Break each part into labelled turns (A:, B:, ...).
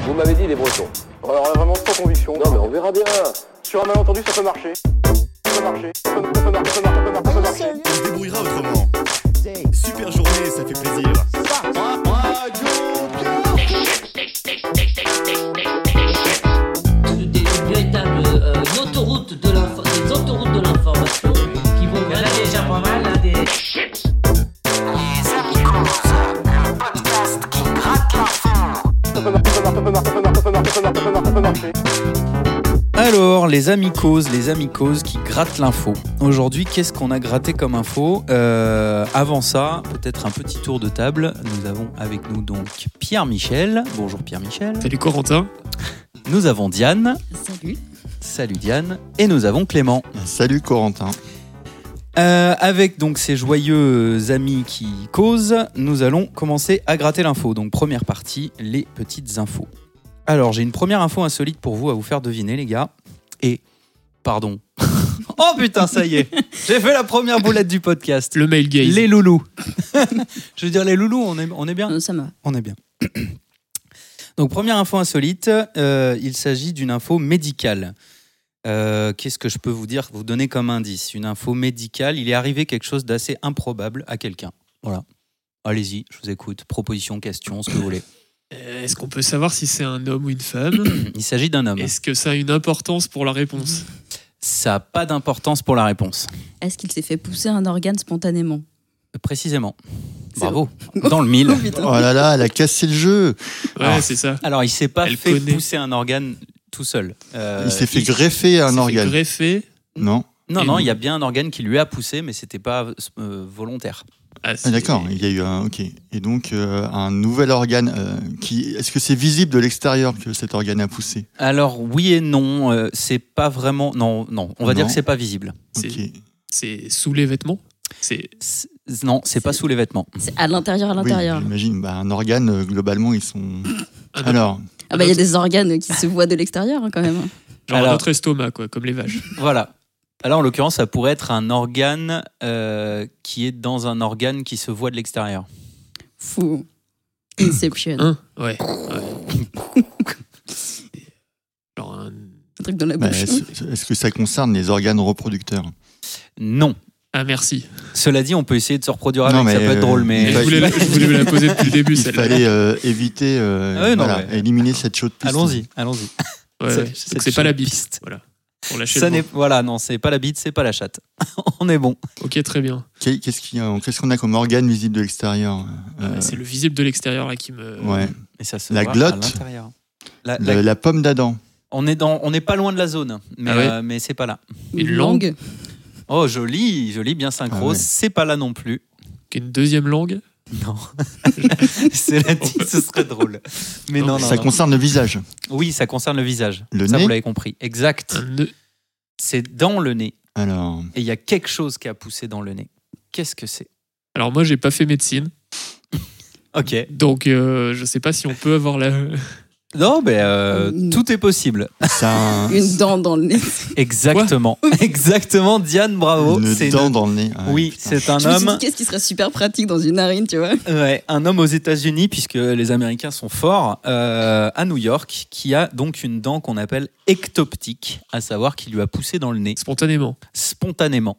A: Vous m'avez dit les Bretons.
B: Alors là, vraiment sans conviction.
A: Non mais on verra bien.
B: Sur un malentendu, ça peut marcher. Ça peut marcher. Ça peut, ça peut marcher. Ça peut marcher. Ça peut marcher.
C: On se débrouillera autrement. Super journée, ça fait plaisir.
D: des véritables euh, autoroutes de l'info- des autoroutes de l'information qui vont Il y en a déjà pas mal, là, des...
B: Ça peut marcher. Ça peut marcher. Ça peut marcher. Ça peut marcher. Ça peut marcher. Ça peut marcher. Ça peut marcher.
E: Alors, les amicoses, les amicoses qui grattent l'info. Aujourd'hui, qu'est-ce qu'on a gratté comme info Euh, Avant ça, peut-être un petit tour de table. Nous avons avec nous donc Pierre Michel. Bonjour Pierre Michel.
F: Salut Corentin.
E: Nous avons Diane.
G: Salut.
E: Salut Diane. Et nous avons Clément.
H: Salut Corentin.
E: Euh, avec donc ces joyeux amis qui causent, nous allons commencer à gratter l'info. Donc première partie, les petites infos. Alors j'ai une première info insolite pour vous à vous faire deviner les gars. Et pardon. oh putain ça y est, j'ai fait la première boulette du podcast.
F: Le mail gaze.
E: Les loulous. Je veux dire les loulous, on est, on est bien.
G: Euh, ça me va.
E: On est bien. Donc, première info insolite, euh, il s'agit d'une info médicale. Euh, Qu'est-ce que je peux vous dire, vous donner comme indice Une info médicale, il est arrivé quelque chose d'assez improbable à quelqu'un. Voilà. Allez-y, je vous écoute. Proposition, question, ce que vous voulez.
F: Euh, Est-ce qu'on peut savoir si c'est un homme ou une femme
E: Il s'agit d'un homme.
F: Est-ce que ça a une importance pour la réponse
E: Ça n'a pas d'importance pour la réponse.
G: Est-ce qu'il s'est fait pousser un organe spontanément
E: Précisément.
G: C'est
E: Bravo. Dans le mille.
G: Oh, putain.
H: Oh là là, elle a cassé le jeu.
F: Ouais,
E: Alors,
F: c'est ça.
E: Alors, il s'est pas
F: Elle
E: fait
F: connaît.
E: pousser un organe tout seul. Euh,
H: Il s'est fait greffer
F: Ça
H: un
F: fait
H: organe.
F: greffer.
H: Non.
E: Non,
F: Et
E: non,
F: nous-
E: il y a bien un organe qui lui a poussé, mais c'était pas euh, volontaire.
F: Ah,
H: Ah,
F: c'est-
H: D'accord, il y a eu un. Ok. Et donc, euh, un nouvel organe euh, qui. Est-ce que c'est visible de l'extérieur que cet organe a poussé
E: Alors oui et non, euh, c'est pas vraiment. Non, non, on va
H: Non.
E: dire que c'est pas visible.
F: C'est-
H: Ok.
F: C'est sous les vêtements. C'est
E: C'est- Non, c'est pas sous les vêtements.
G: C'est à l'intérieur, à
H: Oui,
G: l'intérieur.
H: j'imagine. Bah, un organe, euh, globalement, ils sont.
F: un,
H: Alors,
G: Ah bah il y a des organes qui se voient de l'extérieur hein, quand même.
F: genre
E: Alors-
F: notre estomac, quoi, comme les vaches.
E: Voilà. Alors en l'occurrence, ça pourrait être un organe euh, qui est dans un organe qui se voit de l'extérieur.
G: Fou. Inception.
F: Hein Ouais. ouais. Genre un...
G: Un truc dans la
H: bah,
G: bouche.
H: est-ce est-ce que ça concerne les organes reproducteurs
E: Non.
F: Ah, merci.
E: Cela dit, on peut essayer de se reproduire avec.
H: Non, mais,
E: ça peut être
H: euh,
E: drôle, mais
F: Et
H: il
F: je,
H: fallait-
F: voulais la, je voulais me la poser depuis le début,
H: Il
F: celle-là.
H: fallait euh, éviter, euh,
E: Ah ouais, non,
H: voilà,
E: mais-
H: éliminer cette chaude piste.
E: allons-y, allons-y.
F: Ouais, ouais. Donc,
E: cette
F: C'est pas la
E: chaude
F: bite.
E: piste.
F: Voilà. Pour lâcher
E: Ça
F: le
E: n'est
F: mot.
E: voilà, non, c'est pas la bite, c'est pas la chatte. on est bon.
F: Ok, très bien.
H: Qu'est- Qu'est-ce qu'il y a- qu'est-ce qu'on a comme organe visible de l'extérieur Euh,
F: C'est le visible de l'extérieur là qui me.
H: Ouais.
E: Et ça se
H: La
E: voit à
H: glotte.
E: l'intérieur. La-
H: Le-
E: la-
H: la pomme d'Adam.
E: on est dans, on n'est pas loin de la zone, mais,
F: Ah ouais
E: euh, mais c'est pas là.
F: Une
G: langue.
E: Oh joli, joli, bien synchro.
H: Ah ouais.
E: C'est pas là non plus.
F: qui est une deuxième langue.
E: Non. Cela dit, ce serait drôle. Mais non,
F: Non,
E: non,
H: ça
E: non.
H: concerne le visage.
E: Oui, ça concerne le visage.
H: Le
E: ça,
H: nez
E: vous l'avez compris. Exact.
F: Un nœud.
E: C'est dans le nez.
H: Alors,
E: Et il y a quelque chose qui a poussé dans le nez. Qu'est-ce que c'est
F: Alors moi, j'ai pas fait médecine,
E: Ok.
F: donc euh, je sais pas si on peut avoir la.
E: Non, mais euh,
G: Mm.
E: tout est possible.
H: ça a un-
G: Une dent dans le nez.
E: Exactement. Exactement, Diane, bravo. C'est
H: une
E: une-
H: dent dans le nez. Ah,
E: Oui,
H: putain.
E: c'est un
G: Je me suis dit
E: homme,
G: qu'est-ce qui serait super pratique dans une narine, tu vois.
E: ouais, un homme aux États-Unis, puisque les Américains sont forts, euh, à New York, qui a donc une dent qu'on appelle ectoptique, à savoir qui lui a poussé dans le nez.
F: spontanément.
E: spontanément.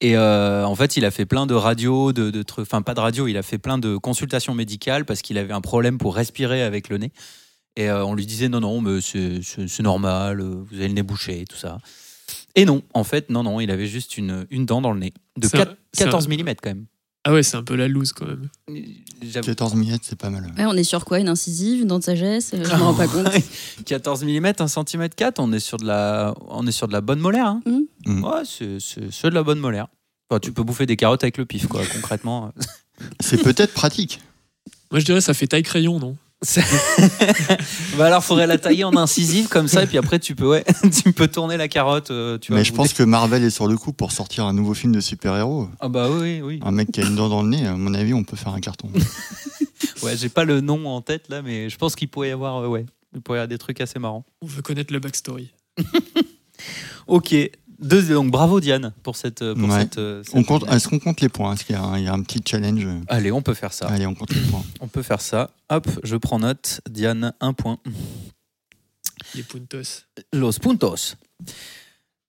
E: Et euh, en fait, il a fait plein de radios, de, de trucs, enfin pas de radio, il a fait plein de consultations médicales parce qu'il avait un problème pour respirer avec le nez. Et euh, on lui disait non, non, mais c'est- c'est c'est normal, euh, vous avez le nez bouché, tout ça. Et non, en fait, non, non, il avait juste une, une dent dans le nez. De
F: C'est un-
E: quat-
F: c'est un-
E: 14 mm quand même.
F: Ah ouais, c'est un peu la loose quand même.
E: J'avoue.
H: 14 miettes, c'est pas mal.
G: Ouais, on est sur quoi Une incisive, une dent de sagesse
E: Ah,
G: euh, Je me rends pas compte.
E: 14 mm, 1 cm 4, on est sur de la, on est sur de la bonne molaire. hein.
G: Mhm.
H: Mhm.
E: Ouais, c'est c'est- c'est de la bonne molaire. Enfin, tu peux bouffer des carottes avec le pif, quoi, concrètement.
H: C'est peut-être pratique.
F: Moi, je dirais ça fait taille crayon, non
E: Bah alors faudrait la tailler en incisive comme ça et puis après tu peux ouais, tu peux tourner la carotte euh, tu vois.
H: Mais je
E: ou
H: pense
E: des-
H: que Marvel est sur le coup pour sortir un nouveau film de super-héros.
E: Ah bah oui oui.
H: Un mec qui a une dent dans le nez, à mon avis, on peut faire un carton.
E: Ouais, j'ai pas le nom en tête là mais je pense qu'il pourrait y avoir euh, ouais, il pourrait y avoir des trucs assez marrants.
F: On veut connaître le backstory.
E: OK. Deux, donc bravo Diane pour cette. euh, Pour
H: Ouais.
E: cette, euh, cette
H: On compte,
E: finale.
H: est-ce qu'on compte les points Est-ce qu'il y a, un, il y a un petit challenge
E: Allez, on peut faire ça.
H: Allez, on compte les points.
E: On peut faire ça. Hop, je prends note. Diane, un point.
F: Les puntos.
E: Los puntos.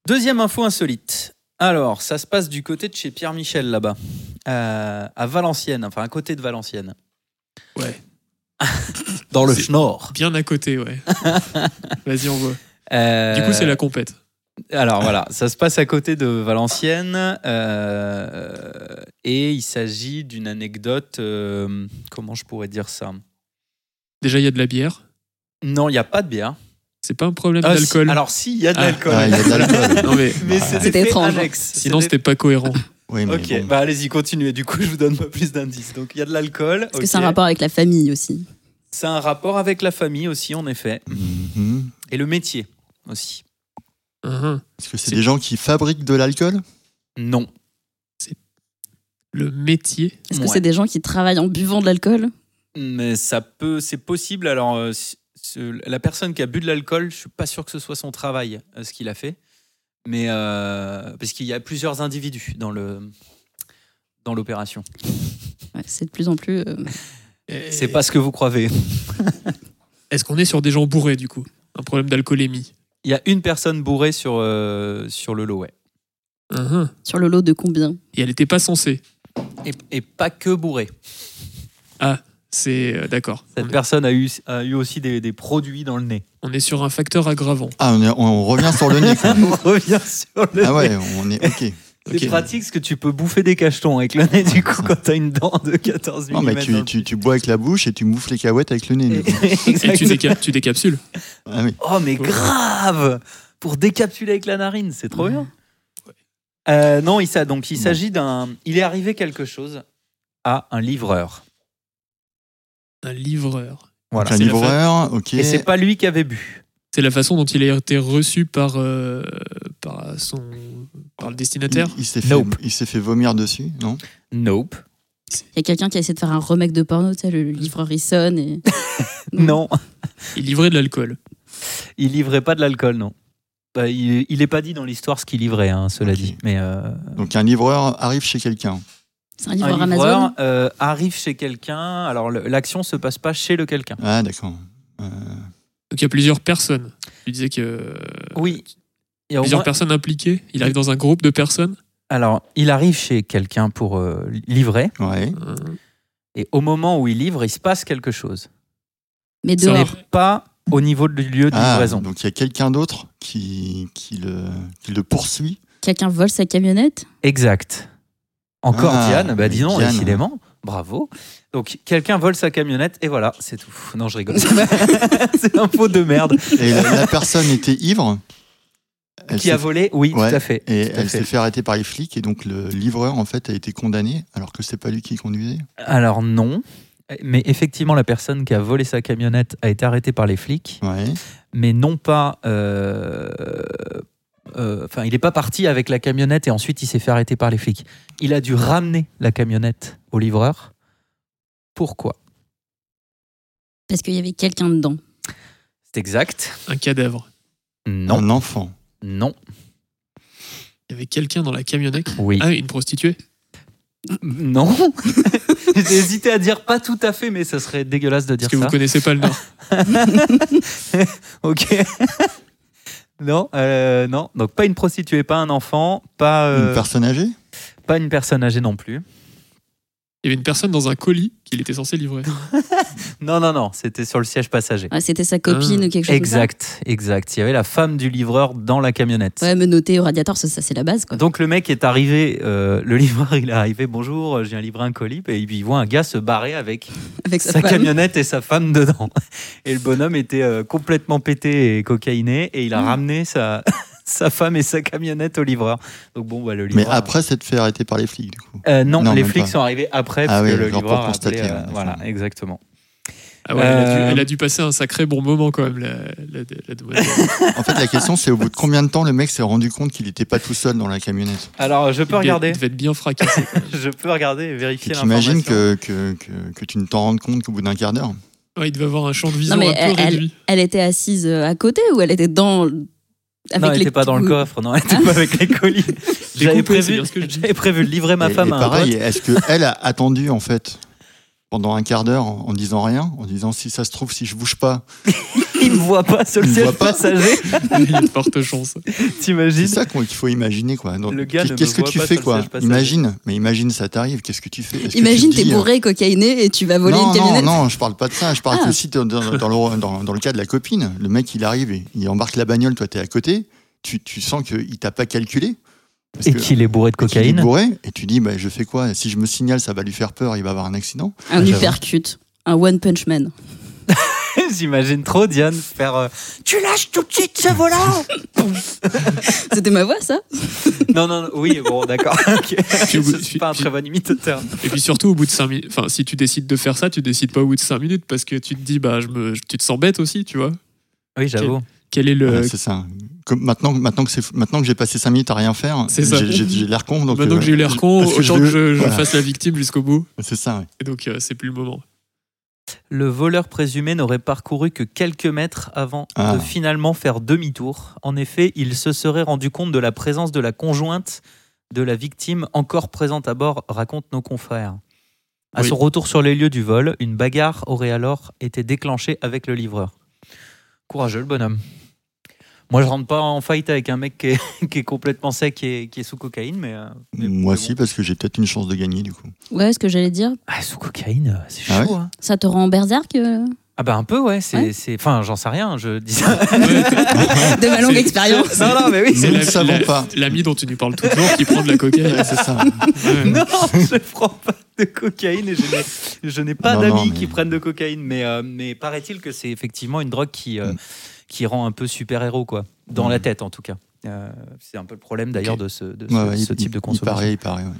E: Deuxième info insolite. Alors, ça se passe du côté de chez Pierre Michel là-bas, Euh, à Valenciennes, enfin à côté de Valenciennes,
F: Ouais.
E: dans le
F: C'est-
E: Schnorr.
F: Bien à côté, ouais. Vas-y, on voit.
E: Euh,
F: Du coup, c'est la compète.
E: Alors voilà, ça se passe à côté de Valenciennes euh, et il s'agit d'une anecdote. euh, comment je pourrais dire ça
F: Déjà, il y a de la bière.
E: Non, il n'y a pas de bière.
F: C'est pas un problème
E: Ah, si,
F: d'alcool.
E: alors si, il y a de
F: Ah,
E: l'alcool.
H: Ah, il y a de l'alcool.
F: Non, mais
E: Mais
H: Bah,
E: c'était
G: C'était étrange.
E: annexe.
F: sinon, c'était pas cohérent.
H: Oui, mais
E: Ok,
H: bon.
E: bah allez-y, continuez. Du coup, je vous donne pas plus d'indices. Donc, il y a de l'alcool.
G: Parce
E: ok.
G: que c'est un rapport avec la famille aussi.
E: C'est un rapport avec la famille aussi, en effet.
H: Mhm.
E: Et le métier aussi.
F: Hein,
H: Est-ce que c'est
F: C'est-
H: des gens qui fabriquent de l'alcool
E: Non.
F: Le métier.
G: Est-ce
E: Ouais.
G: que c'est des gens qui travaillent en buvant de l'alcool
E: Mais ça peut, c'est possible. Alors, euh, c- ce- la personne qui a bu de l'alcool, je suis pas sûr que ce soit son travail, euh, ce qu'il a fait. Mais euh, parce qu'il y a plusieurs individus dans le dans l'opération.
G: Ouais, C'est de plus en plus. euh,
F: Et-
E: C'est pas ce que vous croyez.
F: Est-ce qu'on est sur des gens bourrés, du coup Un problème d'alcoolémie.
E: Il y a une personne bourrée sur euh, sur le lot, ouais.
F: Hein, hein.
G: sur le lot de combien
F: Et elle n'était pas censée.
E: Et, et pas que bourrée.
F: C'est. euh, D'accord.
E: Cette
F: On, est-
E: personne a eu a eu aussi des, des produits dans le nez.
F: on est sur un facteur aggravant.
H: Ah, on, est- on revient sur le nez. quoi.
E: On revient sur le
H: Ah
E: nez.
H: ouais, on est ok.
E: C'est
F: Ok.
E: pratique parce que tu peux bouffer des cachetons avec le nez du coup
H: ça.
E: quand t'as une dent de 14 mm.
H: Non, mais tu, tu, tu bois avec la bouche et tu mouffes les cahuètes avec le nez. du coup.
F: Et tu, déca- tu décapsules.
H: Ah oui.
E: Oh mais
F: Ouais.
E: grave Pour décapsuler avec la narine, c'est trop bien. Euh, non, il, s'a- donc, il
H: Bon.
E: s'agit d'un... Il est arrivé quelque chose à un livreur.
F: Un livreur.
E: Voilà.
H: Donc un
F: C'est la fa-
H: livreur, ok.
E: Et c'est pas lui qui avait bu.
F: C'est la façon dont il a été reçu par, euh, par, son, par le
H: il,
F: destinataire.
E: Mm.
H: il s'est fait,
E: Nope.
H: il s'est fait vomir dessus, non
E: Nope.
G: Il y a quelqu'un qui a essayé de faire un remake de porno, tu sais, le livreur il sonne et.
E: Non,
F: Il livrait de l'alcool.
E: il livrait pas de l'alcool, non. Bah, il, il est pas dit dans l'histoire ce qu'il livrait, hein, cela
H: Ok.
E: dit. Mais euh,
H: Donc un livreur arrive chez quelqu'un.
G: C'est un livreur
E: un
G: Amazon
E: livreur euh, arrive chez quelqu'un. Alors le- l'action se passe pas chez le quelqu'un.
H: Ah d'accord. Euh,
F: Donc il y a plusieurs personnes. Tu disais que. euh,
E: Oui. Il y a au
F: Plusieurs
E: moins-
F: personnes impliquées. Il arrive dans un groupe de personnes.
E: Alors, il arrive chez quelqu'un pour euh, livrer,
H: ouais.
F: Euh,
E: et au moment où il livre, il se passe quelque chose.
G: Mais
E: Ce n'est
G: dehors.
E: pas au niveau du lieu de
H: Ah,
E: livraison.
H: donc il y a quelqu'un d'autre qui, qui, le, qui le poursuit.
G: Quelqu'un vole sa camionnette
E: Exact. Encore
H: Ah,
E: Diane, bah dis donc,
H: Diane.
E: décidément. Bravo. Donc, quelqu'un vole sa camionnette, et voilà, c'est tout. Non, je rigole. c'est un pot de merde.
H: Et la, la personne était ivre. Elle
E: Qui a
H: s'est-
E: volé Oui,
H: Ouais,
E: tout à fait.
H: Et
E: tout à
H: elle
E: fait.
H: s'est fait arrêter par les flics et donc le livreur en fait a été condamné alors que c'est pas lui qui conduisait.
E: Alors, non. Mais effectivement, la personne qui a volé sa camionnette a été arrêtée par les flics.
H: Ouais.
E: mais non pas. euh, euh, Enfin, il n'est pas parti avec la camionnette et ensuite il s'est fait arrêter par les flics. Il a dû ramener la camionnette au livreur. Pourquoi
G: parce qu'il y avait quelqu'un dedans.
E: C'est exact.
F: un cadavre.
E: Non,
H: Un enfant.
E: non,
F: Il y avait quelqu'un dans la camionnette.
E: oui,
F: Ah, une prostituée.
E: Euh, non. J'ai hésité à dire pas tout à fait, mais ça serait dégueulasse de dire
F: Parce que
E: ça.
F: vous connaissez pas le Nord.
E: ok. non, euh, non. Donc pas une prostituée, pas un enfant, pas euh,
H: Une personne âgée.
E: pas une personne âgée non plus.
F: Il y avait une personne dans un colis qu'il était censé livrer.
E: Non, non, non. C'était sur le siège passager.
G: Ouais, C'était sa copine
F: Ah,
G: ou quelque chose
E: Exact, exact. Il y avait la femme du livreur dans la camionnette.
G: comme ça. Ouais, me noter au radiateur, ça, ça, c'est la base quoi.
E: Donc le mec est arrivé, euh, le livreur il est arrivé, bonjour, euh, je viens livrer un colis, et il voit un gars se barrer avec
G: Avec sa,
E: sa
G: femme.
E: camionnette et sa femme dedans. Et le bonhomme était euh, complètement pété et cocaïné, et
G: Hmm.
E: il a ramené sa, sa femme et sa camionnette au livreur. Donc bon, bah, le
H: Mais
E: livreur...
H: après s'être fait arrêter par les flics du coup.
E: Euh, non,
H: Non,
E: les
H: même
E: flics
H: pas.
E: sont arrivés après,
H: Ah
E: parce
H: oui,
E: que le
H: genre pour
E: livreur a appelé,
H: constater,
E: euh,
H: ouais, d'accord.
E: voilà, exactement.
F: Ah ouais, elle, a dû,
E: Euh.
F: elle a dû passer un sacré bon moment quand même, la, la, la demoiselle.
H: En fait la question c'est au bout de combien de temps le mec s'est rendu compte qu'il n'était pas tout seul dans la camionnette.
E: Alors je peux
F: Il
E: regarder,
F: devait- devait être bien fracassé. quand même.
E: je peux regarder et vérifier l'information.
H: T'imagines que, que, que, que tu ne t'en rendes compte qu'au bout d'un quart d'heure.
F: Ouais, il devait avoir un champ de vision
G: mais
F: un peu
G: elle-
F: réduit.
G: Elle était assise euh, à côté ou elle était dans Avec
E: non, elle
G: les
E: était pas dans le
G: petits-
E: coffre, non, elle était pas avec les colis.
F: J'ai
E: J'avais
F: coupé, c'est
E: prévu,
F: bien ce que je dis.
E: j'avais prévu de livrer ma
H: et,
E: femme
H: et
E: à un
H: pareil,
E: pote.
H: est-ce qu'elle a attendu en fait pendant un quart d'heure en, en disant rien, en disant si ça se trouve, si je bouge pas
E: Il me voit pas sur le
H: Il me
E: siège
H: voit pas.
E: passager,
F: Il y a de fortes chances.
E: t'imagines
H: C'est ça qu'on- qu'il faut imaginer quoi. Donc,
E: Le gars ne
H: Qu'est-ce
E: me
H: que
E: voit
H: tu
E: pas
H: fais
E: sur le
H: quoi
E: siège passager.
H: Imagine, mais imagine ça t'arrive, qu'est-ce que tu fais Est-ce que
G: Imagine,
H: tu te
G: t'es
E: hein
H: dis, euh,
G: bourré et cocaïné et tu vas voler
H: non,
G: une camionnette.
H: Non, non, je parle pas de ça. Je parle
G: Ah.
H: aussi de- dans, dans le, dans- dans le cas de la copine. Le mec, il arrive, et il embarque la bagnole, toi, t'es à côté. Tu, tu sens qu'il t'a pas calculé. Parce
E: Et
H: que-
E: qu'il est bourré de
H: et qu'il est
E: cocaïne.
H: bourré, et tu dis, bah, je fais quoi Si je me signale, ça va lui faire peur, il va avoir un accident.
G: Un
H: Ah, j'avoue.
G: uppercut. Un One Punch Man.
E: J'imagine trop Diane faire. euh, tu lâches tout de suite ce volant
G: C'était ma voix, ça
E: Non, non, non, oui, bon, d'accord. ok.
F: Puis-
E: Je suis pas un
F: puis-
E: très bon imitateur.
F: Et puis surtout, au bout de 5 minutes, enfin, si tu décides de faire ça, tu décides pas au bout de 5 minutes parce que tu te dis, bah, je me, je- tu te sens bête aussi, tu vois.
E: Oui, j'avoue.
F: Quel est le.
H: Voilà, Ah, c'est ça. Comme maintenant, maintenant que, c'est- maintenant que j'ai passé 5 minutes à rien faire,
F: C'est ça.
H: j'ai- j'ai j'ai l'air con. Donc,
F: Maintenant
H: euh,
F: que j'ai eu l'air con,
H: parce que je
F: autant que
H: veux-
F: je, je
H: voilà.
F: fasse la victime jusqu'au bout.
H: C'est ça, oui.
F: Et donc, euh, c'est plus le moment.
E: Le voleur présumé n'aurait parcouru que quelques mètres avant
H: Ah.
E: de finalement faire demi-tour. En effet, il se serait rendu compte de la présence de la conjointe de la victime encore présente à bord, racontent nos confrères. À
F: Oui.
E: son retour sur les lieux du vol, une bagarre aurait alors été déclenchée avec le livreur. Courageux le bonhomme. Moi, je rentre pas en fight avec un mec qui est, qui est complètement sec et qui est sous cocaïne, mais. euh, mais
H: Moi
E: mais bon.
H: aussi, parce que j'ai peut-être une chance de gagner, du coup.
G: Ouais, ce que j'allais dire.
E: Ah, sous cocaïne, euh, c'est chaud.
H: Ah
E: hein.
G: Ça te rend berserk euh,
E: Ah bah un peu, ouais.
G: Ouais.
E: C'est, c'est- Enfin, j'en sais rien. Je dis ça.
G: de ma longue
F: C'est-
G: expérience.
E: Non, non, mais oui.
H: Nous
F: C'est
H: ne
F: la-
H: savons
F: la-
H: pas.
F: L'ami dont tu nous parles tout le temps qui prend de la
H: Ouais,
F: cocaïne.
H: c'est ça.
F: Ouais.
E: Non, je prends pas de cocaïne et je n'ai, je n'ai pas
H: Non,
E: d'amis
H: non, mais-
E: qui prennent de cocaïne. Mais, euh, mais paraît-il que c'est effectivement une drogue qui, euh,
H: Mm.
E: qui rend un peu super-héros, quoi. Dans
H: Mm.
E: la tête, en tout cas. Euh, c'est un peu le problème d'ailleurs de ce, de ce,
H: Ouais, ouais,
E: ce
H: il-
E: type de
H: il-
E: consommation.
H: Il paraît, il paraît. ouais.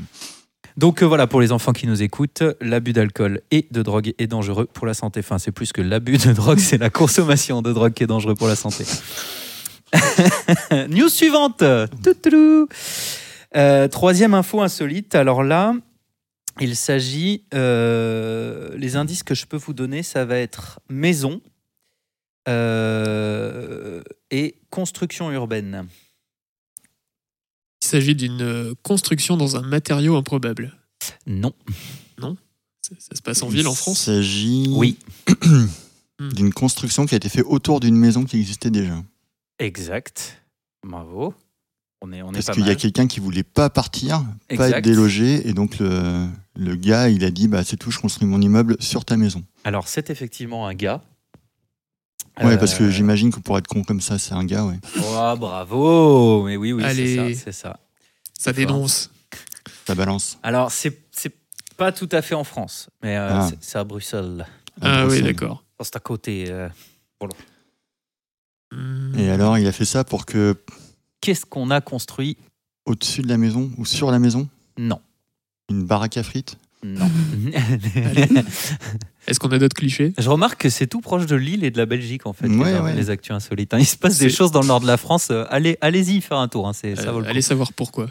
E: Donc euh, voilà, pour les enfants qui nous écoutent, l'abus d'alcool et de drogue est dangereux pour la santé. Enfin, c'est plus que l'abus de drogue, c'est la consommation de drogue qui est dangereux pour la santé. News suivante. Toutoulou. Euh, troisième info insolite. Alors là, il s'agit. euh, les indices que je peux vous donner, ça va être maison euh, et construction urbaine.
F: Il s'agit d'une euh, construction dans un matériau improbable.
E: Non.
F: Ça, ça se passe en ville, en France.
H: Il s'agit
E: Oui.
H: d'une construction qui a été faite autour d'une maison qui existait déjà.
E: Exact. Bravo. On est, on est
H: Parce
E: pas
H: qu'il y a
E: mal.
H: quelqu'un qui voulait pas partir, pas
E: Exact.
H: être délogé, et donc le, le gars, il a dit bah c'est tout, je construis mon immeuble sur ta maison.
E: Alors, c'est effectivement un gars.
H: Ouais,
E: Euh,
H: parce que j'imagine que pour être con comme ça, c'est un gars, ouais.
E: Oh, bravo Mais oui, oui, c'est ça,
F: Allez.
E: c'est ça.
F: Ça dénonce.
H: Ça balance.
E: Alors, c'est c'est pas tout à fait en France, mais euh,
H: Ah.
E: c'est- c'est à Bruxelles.
F: Ah oui,
H: Bruxelles.
F: d'accord.
E: C'est à côté. euh,
F: Hmm.
H: Et alors, il a fait ça pour que
E: Qu'est-ce qu'on a construit
H: au-dessus de la maison ou sur la maison,
E: Non.
H: une baraque à frites.
E: Non.
F: Est-ce qu'on a d'autres clichés
E: Je remarque que c'est tout proche de Lille et de la Belgique, en fait,
H: Ouais,
E: les,
H: ouais.
E: les actus insolites. hein. Il se passe des
F: C'est-
E: choses dans le nord de la France. euh, allez- Allez-y faire un tour. hein, c'est- ça
F: Euh,
E: vaut le coup.
F: Allez savoir pourquoi.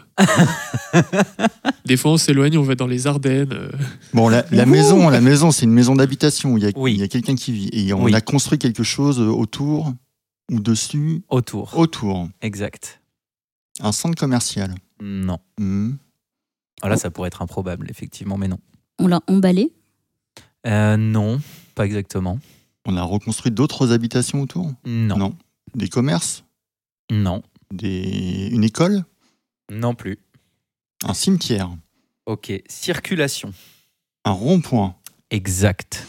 F: Des fois, on s'éloigne, on va dans les Ardennes. euh,
H: Bon, la, la maison, la maison, c'est une maison d'habitation. Il y a,
E: Oui.
H: il y a quelqu'un qui vit et on
E: Oui.
H: a construit quelque chose autour ou dessus,
E: Autour.
H: autour,
E: Exact.
H: un centre commercial.
E: Non.
H: Hmm.
E: Ah, Là, ça pourrait être improbable, effectivement, mais non.
G: On l'a emballé.
E: Euh, non, pas exactement.
H: On a reconstruit d'autres habitations autour
E: Non.
H: Non. Des commerces
E: Non,
H: des... Une école
E: non plus.
H: Un cimetière
E: Ok, circulation.
H: Un rond-point
E: Exact.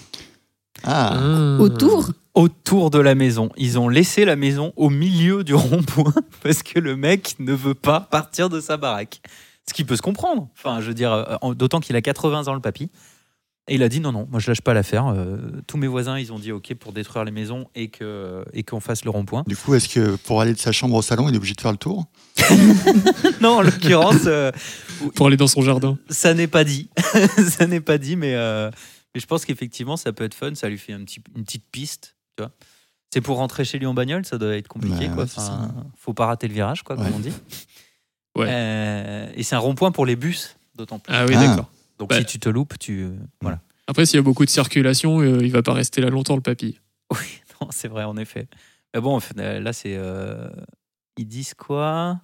H: Ah
F: hein.
E: Mmh.
G: Autour
E: Autour de la maison. Ils ont laissé la maison au milieu du rond-point parce que le mec ne veut pas partir de sa baraque. Ce qui peut se comprendre. Enfin, je veux dire, euh, en- d'autant qu'il a 80 ans, le papy. Et il a dit non, non, moi je lâche pas l'affaire. Euh, tous mes voisins, ils ont dit ok pour détruire les maisons et qu'on et qu'on fasse le rond-point.
H: Du coup, est-ce que pour aller de sa chambre au salon, il est obligé de faire le tour
E: Non, en l'occurrence, euh,
F: Pour aller dans son jardin.
E: Ça n'est pas dit. ça n'est pas dit, mais, euh, mais je pense qu'effectivement, ça peut être fun. Ça lui fait un petit, une petite piste. Tu vois c'est pour rentrer chez lui en bagnole, ça doit être compliqué.
H: Bah,
E: quoi.
H: ouais, c'est ça.
E: Enfin, faut pas rater le virage, quoi,
H: Ouais.
E: comme on dit.
F: Ouais.
E: Euh, et c'est un rond-point pour les bus, d'autant plus.
F: Ah oui,
H: Ah.
F: d'accord.
E: Donc
F: bah.
E: si tu te loupes, tu. euh, Voilà.
F: Après, s'il y a beaucoup de circulation, euh, il va pas rester là longtemps, le papy.
E: Oui, non, c'est vrai, en effet. Mais bon, euh, là, c'est. euh, Ils disent quoi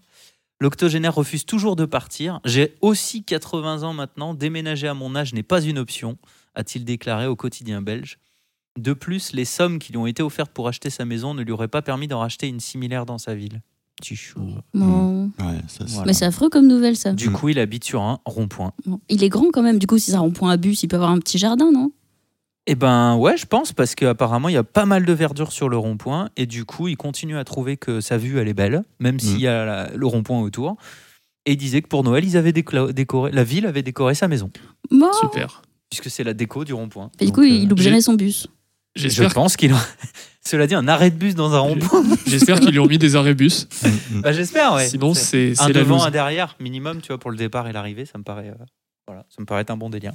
E: L'octogénaire refuse toujours de partir. J'ai aussi 80 ans maintenant. Déménager à mon âge n'est pas une option, a-t-il déclaré au quotidien belge. De plus, les sommes qui lui ont été offertes pour acheter sa maison ne lui auraient pas permis d'en racheter une similaire dans sa ville. Petit chou.
G: Mmh. Non.
H: Ouais, ça, c'est-
E: Mmh. Voilà.
G: Mais c'est affreux comme nouvelle, ça.
E: Du coup, il habite sur un rond-point.
G: Bon. Il est grand quand même. Du coup, si ça rend point à bus, il peut avoir un petit jardin, non
E: Eh ben ouais, je pense parce qu'apparemment il y a pas mal de verdure sur le rond-point et du coup il continue à trouver que sa vue elle est belle, même s'il y a la- le rond-point autour. Et il disait que pour Noël ils avaient décla- décoré, la ville avait décoré sa maison
G: Bon.
F: Super.
E: puisque c'est la déco du rond-point.
G: Et du
E: Donc,
G: coup,
E: euh,
G: il loupe
F: j'ai-
G: jamais son bus.
E: je
F: J'espère
E: pense qu'il. Cela dit, un arrêt de bus dans un rond-point.
F: j'espère qu'ils lui ont mis des arrêts bus.
H: Mm, mm.
E: Bah, j'espère, ouais.
F: Sinon,
E: C'est-
F: c'est
E: un
F: c'est la
E: devant,
F: loose.
E: un derrière minimum, tu vois, pour le départ et l'arrivée, ça me paraît, euh, voilà, ça me paraît un bon délire.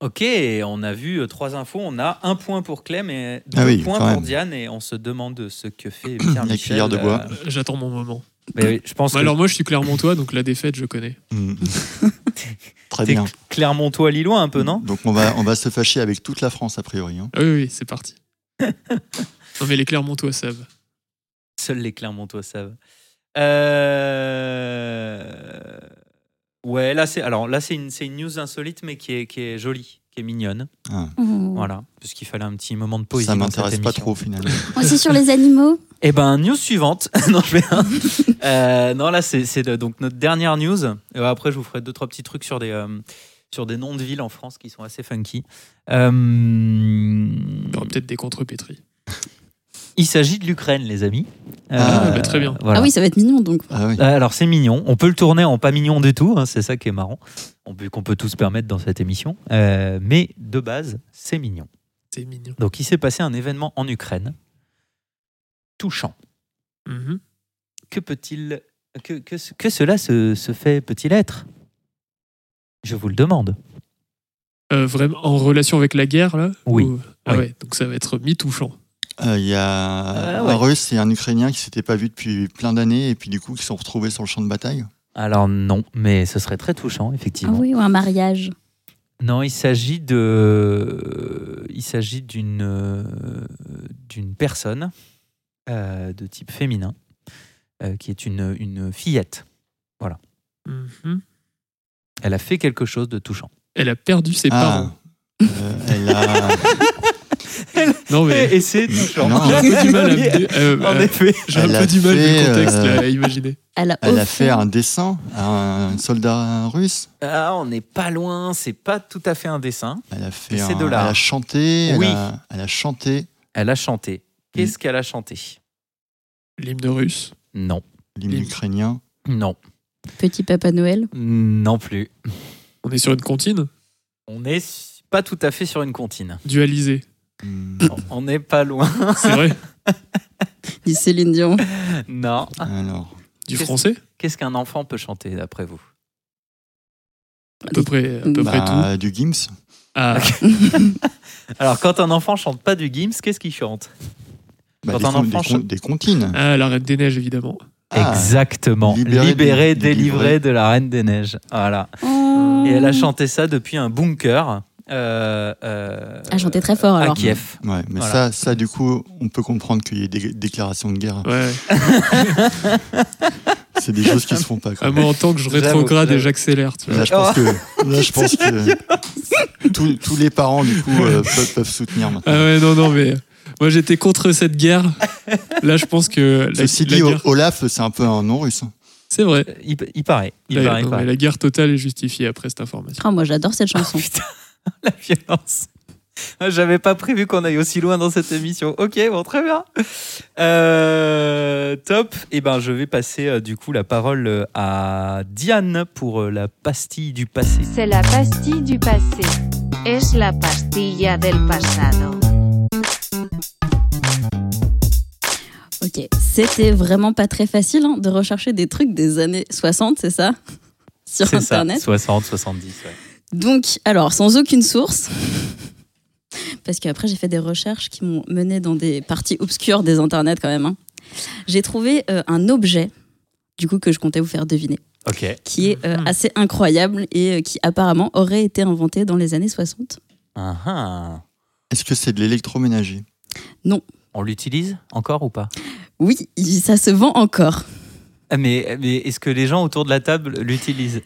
E: Ok, on a vu euh, trois infos, on a un point pour Clem et deux
H: Ah oui,
E: points
H: quand
E: pour
H: même.
E: Diane et on se demande ce que fait Pierre
H: La
E: Michel.
H: cuillère de bois.
F: Euh, J'attends mon moment.
E: mais oui, je pense que
F: Bah, alors moi, je suis clairement toi, donc la défaite, je connais.
H: Mm. Très
E: t'es
H: bien.
E: Clermontois Lillois un peu, non
H: Donc on va, on va se fâcher avec toute la France a priori. hein.
F: Ah oui, oui, c'est parti. non mais les Clermontois savent.
E: Seuls les Clermontois savent. Euh, Ouais, là c'est alors là c'est une, c'est une news insolite mais qui est, qui est jolie, qui est mignonne,
G: Oh. Moi,
E: voilà, parce qu'il fallait un petit moment de poésie.
H: ça
E: dans
H: m'intéresse
E: cette
H: pas
E: émission.
H: trop finalement.
G: c'est sur les animaux.
E: Eh ben, news suivante. non, je vais. Euh, non, là, c'est c'est le- donc notre dernière news. Et ouais, après, je vous ferai deux, trois petits trucs sur des, euh, sur des noms de villes en France qui sont assez funky. Euh,
F: Il y aura peut-être des contrepétries.
E: il s'agit de l'Ukraine, les amis. Euh,
H: Ah,
F: bah, très bien.
E: voilà.
G: Ah oui, ça va être mignon, donc.
H: Ah oui.
E: Euh, Alors c'est mignon, on peut le tourner en pas mignon du tout, hein, c'est ça qui est marrant, On peut- qu'on peut tous se permettre dans cette émission, Euh, mais de base c'est mignon.
F: C'est mignon.
E: Donc il s'est passé un événement en Ukraine touchant.
F: Mhm.
E: que peut-il que, que, ce- que cela se, se fait peut-il être Je vous le demande.
F: Euh, vraiment en relation avec la guerre là
E: Oui.
F: Ou- Ah
E: Oui.
F: ouais, donc ça va être mi-touchant.
H: Euh, Il y a
E: Ah ouais.
H: un Russe et un Ukrainien qui s'étaient pas vus depuis plein d'années et puis du coup qui se sont retrouvés sur le champ de bataille.
E: Alors non, mais ce serait très touchant
G: Ah
E: effectivement.
G: oui, ou un mariage.
E: Non, il s'agit de il s'agit d'une euh, d'une personne euh, de type féminin euh, qui est une une fillette.
F: Mhm.
E: Elle a fait quelque chose de touchant.
F: Elle a perdu ses
H: Ah.
F: parents.
H: Euh, elle a.
F: Non mais
E: c'est touchant.
H: Non.
F: j'ai un peu du mal à me dé- euh,
E: En
F: euh,
E: effet.
F: j'ai un
H: Elle
F: peu
H: a
F: du mal
H: fait,
F: du contexte
H: euh,
F: là, à imaginer.
G: Elle a,
H: Elle a
G: offert-
H: fait un dessin à un soldat russe.
E: Ah, on n'est pas loin. C'est pas tout à fait un dessin.
H: Elle a fait.
E: C'est
H: un-
E: de l'art.
H: Elle a chanté. elle
E: Oui.
H: a- Elle a chanté
E: Elle a chanté. Qu'est-ce qu'elle a chanté
F: L'hymne russe.
E: Non.
H: l'hymne
F: Et-
H: ukrainien.
E: Non.
G: Petit Papa Noël.
E: Non plus.
F: On est sur une comptine
E: On n'est pas tout à fait sur une comptine.
F: dualisée.
H: Hmm,
E: On n'est pas loin.
F: C'est vrai.
G: Du Céline Dion.
E: Non.
H: Alors.
F: Du
E: Qu'est-ce-
F: français
E: Qu'est-ce qu'un enfant peut chanter d'après vous
F: à peu près, à peu
G: Bah,
F: près tout.
H: bah, du Gims.
F: Ah,
E: Alors quand un enfant chante pas du Gims, qu'est-ce qu'il chante
H: Bah,
E: Quand
H: des,
E: un
H: con- des
E: enfant
H: con-
E: chante-
H: des comptines.
F: ah, la Reine des Neiges évidemment.
H: Ah,
E: Exactement. Libéré,
H: Libéré, dé-
E: délivré
H: délivré.
E: de la Reine des Neiges. Voilà. Et elle a chanté ça depuis un bunker. euh, euh,
G: Elle chantait Ah, très fort,
E: à
G: alors.
E: Kiev.
H: Ouais, mais
E: Voilà.
H: ça, ça, du coup, on peut comprendre qu'il y ait des déclarations de guerre. hein.
F: Ouais.
H: C'est des choses qui se font pas. quoi.
F: Ah, moi, en tant que je
E: J'avoue,
F: rétrograde et
E: j'avoue.
F: j'accélère, tu vois.
H: Là, je
G: Oh.
H: pense que, là, je pense que tous, tous les parents, du coup, euh, peuvent, peuvent soutenir maintenant.
F: Ah ouais, non, non, mais moi j'étais contre cette guerre. Là, je pense que la,
H: Ceci
F: la
H: dit,
F: guerre,
H: Olaf, c'est un peu un hein. nom russe.
F: c'est vrai.
E: Euh, Il, il paraît. Il
F: la,
E: paraît, il
F: non, mais
E: paraît.
F: la guerre totale est justifiée après cette information.
G: Ah, moi, j'adore cette chanson.
E: Putain, la violence. Ah, J'avais pas prévu qu'on aille aussi loin dans cette émission. Ok, bon, très bien. Euh, top. Et ben, je vais passer euh, du coup la parole euh, à Diane pour euh, la pastille du passé.
I: C'est la pastille du passé. Es la pastilla del pasado.
E: Ah,
G: Ok. C'était vraiment pas très facile hein, de rechercher des trucs des années 60, c'est ça Sur
E: C'est ça,
G: Internet.
E: 60, 70. ouais.
G: Donc, alors, sans aucune source, parce qu'après j'ai fait des recherches qui m'ont mené dans des parties obscures des internets quand même, hein. j'ai trouvé euh, un objet, du coup, que je comptais vous faire deviner,
E: Ok.
G: qui est euh,
F: Mhm.
G: assez incroyable et euh, qui apparemment aurait été inventé dans les années 60.
E: Ah, ah.
H: Est-ce que c'est de l'électroménager
E: On l'utilise encore ou pas
G: Oui, il- ça se vend encore.
E: Ah, Mais, mais est-ce que les gens autour de la table l'utilisent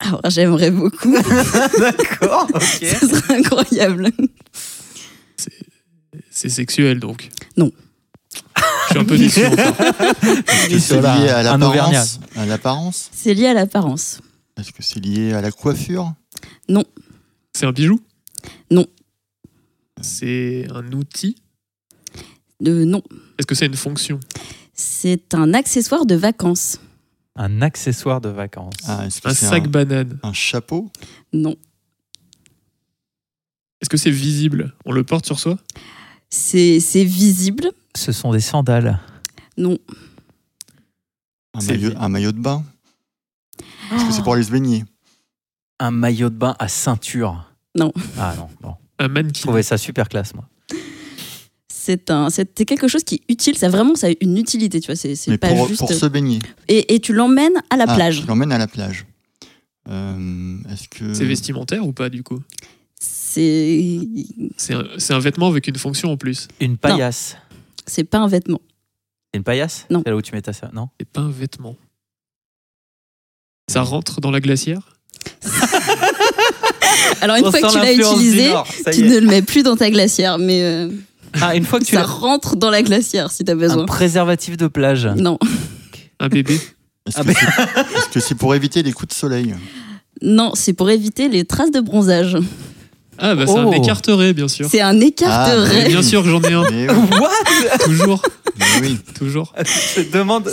G: Alors j'aimerais beaucoup.
E: D'accord,
G: ça
E: ok.
G: serait incroyable.
F: C'est sexuel donc.
G: Non.
F: Je suis un peu déçu. encore.
H: Est-ce que c'est
E: Voilà,
H: lié à
E: un Auvergnat.
H: l'apparence À l'apparence
G: C'est lié à l'apparence.
H: Est-ce que c'est lié à la coiffure
F: C'est un bijou
G: Non.
F: C'est un outil
G: Euh, non,
F: Est-ce que c'est une fonction
G: c'est un accessoire de vacances.
E: Un accessoire de vacances.
H: Ah, Est-ce que
F: Un
H: c'est
F: sac banane
H: un chapeau
G: Non,
F: Est-ce que c'est visible On le porte sur soi
G: c'est c'est visible.
E: Ce sont des sandales.
G: Non,
H: un
F: C'est-
H: maillot, un maillot de bain Est-ce que c'est pour aller se baigner
E: Un maillot de bain à ceinture.
G: Non.
E: Ah non, bon.
F: Un
E: Je
F: mannequin
E: trouvais ça super classe, moi.
G: c'est un, c'est c'est quelque chose qui est utile. Ça vraiment, ça a une utilité. Tu vois, c'est c'est
H: Mais
G: pas
H: pour,
G: juste.
H: pour se baigner.
G: Et, et tu l'emmènes à la
H: Ah,
G: plage.
H: Je l'emmène à la plage. Euh, Est-ce que.
F: C'est vestimentaire ou pas du coup
G: C'est
F: C'est un, c'est un vêtement avec une fonction en plus.
E: Une paillasse.
G: c'est pas un vêtement.
E: C'est une paillasse
G: Non.
E: C'est là où tu mets ta ça Non
F: C'est pas un vêtement. Ça rentre dans la glacière
G: Alors une
E: On
G: fois que
E: sent
G: tu l'as
E: l'influence du
G: utilisé,
E: Nord, ça y
G: tu
E: est.
G: ne le mets plus dans ta glacière, mais euh,
E: Ah, une fois que tu
G: ça
E: l'as.
G: rentre dans la glacière si t'as besoin.
E: Un préservatif de plage.
G: Non,
F: Un bébé
H: Est-ce
E: Ah
H: que c'est est-ce que c'est pour éviter les coups de soleil
G: non, c'est pour éviter les traces de bronzage.
F: Ah bah c'est
E: Oh.
F: un écarteré bien sûr.
G: C'est un écart de
H: Ah,
G: raie.
H: mais-
F: Bien sûr que j'en ai un.
H: Mais oui,
F: toujours,
H: mais oui.
F: toujours.
E: Je te demande.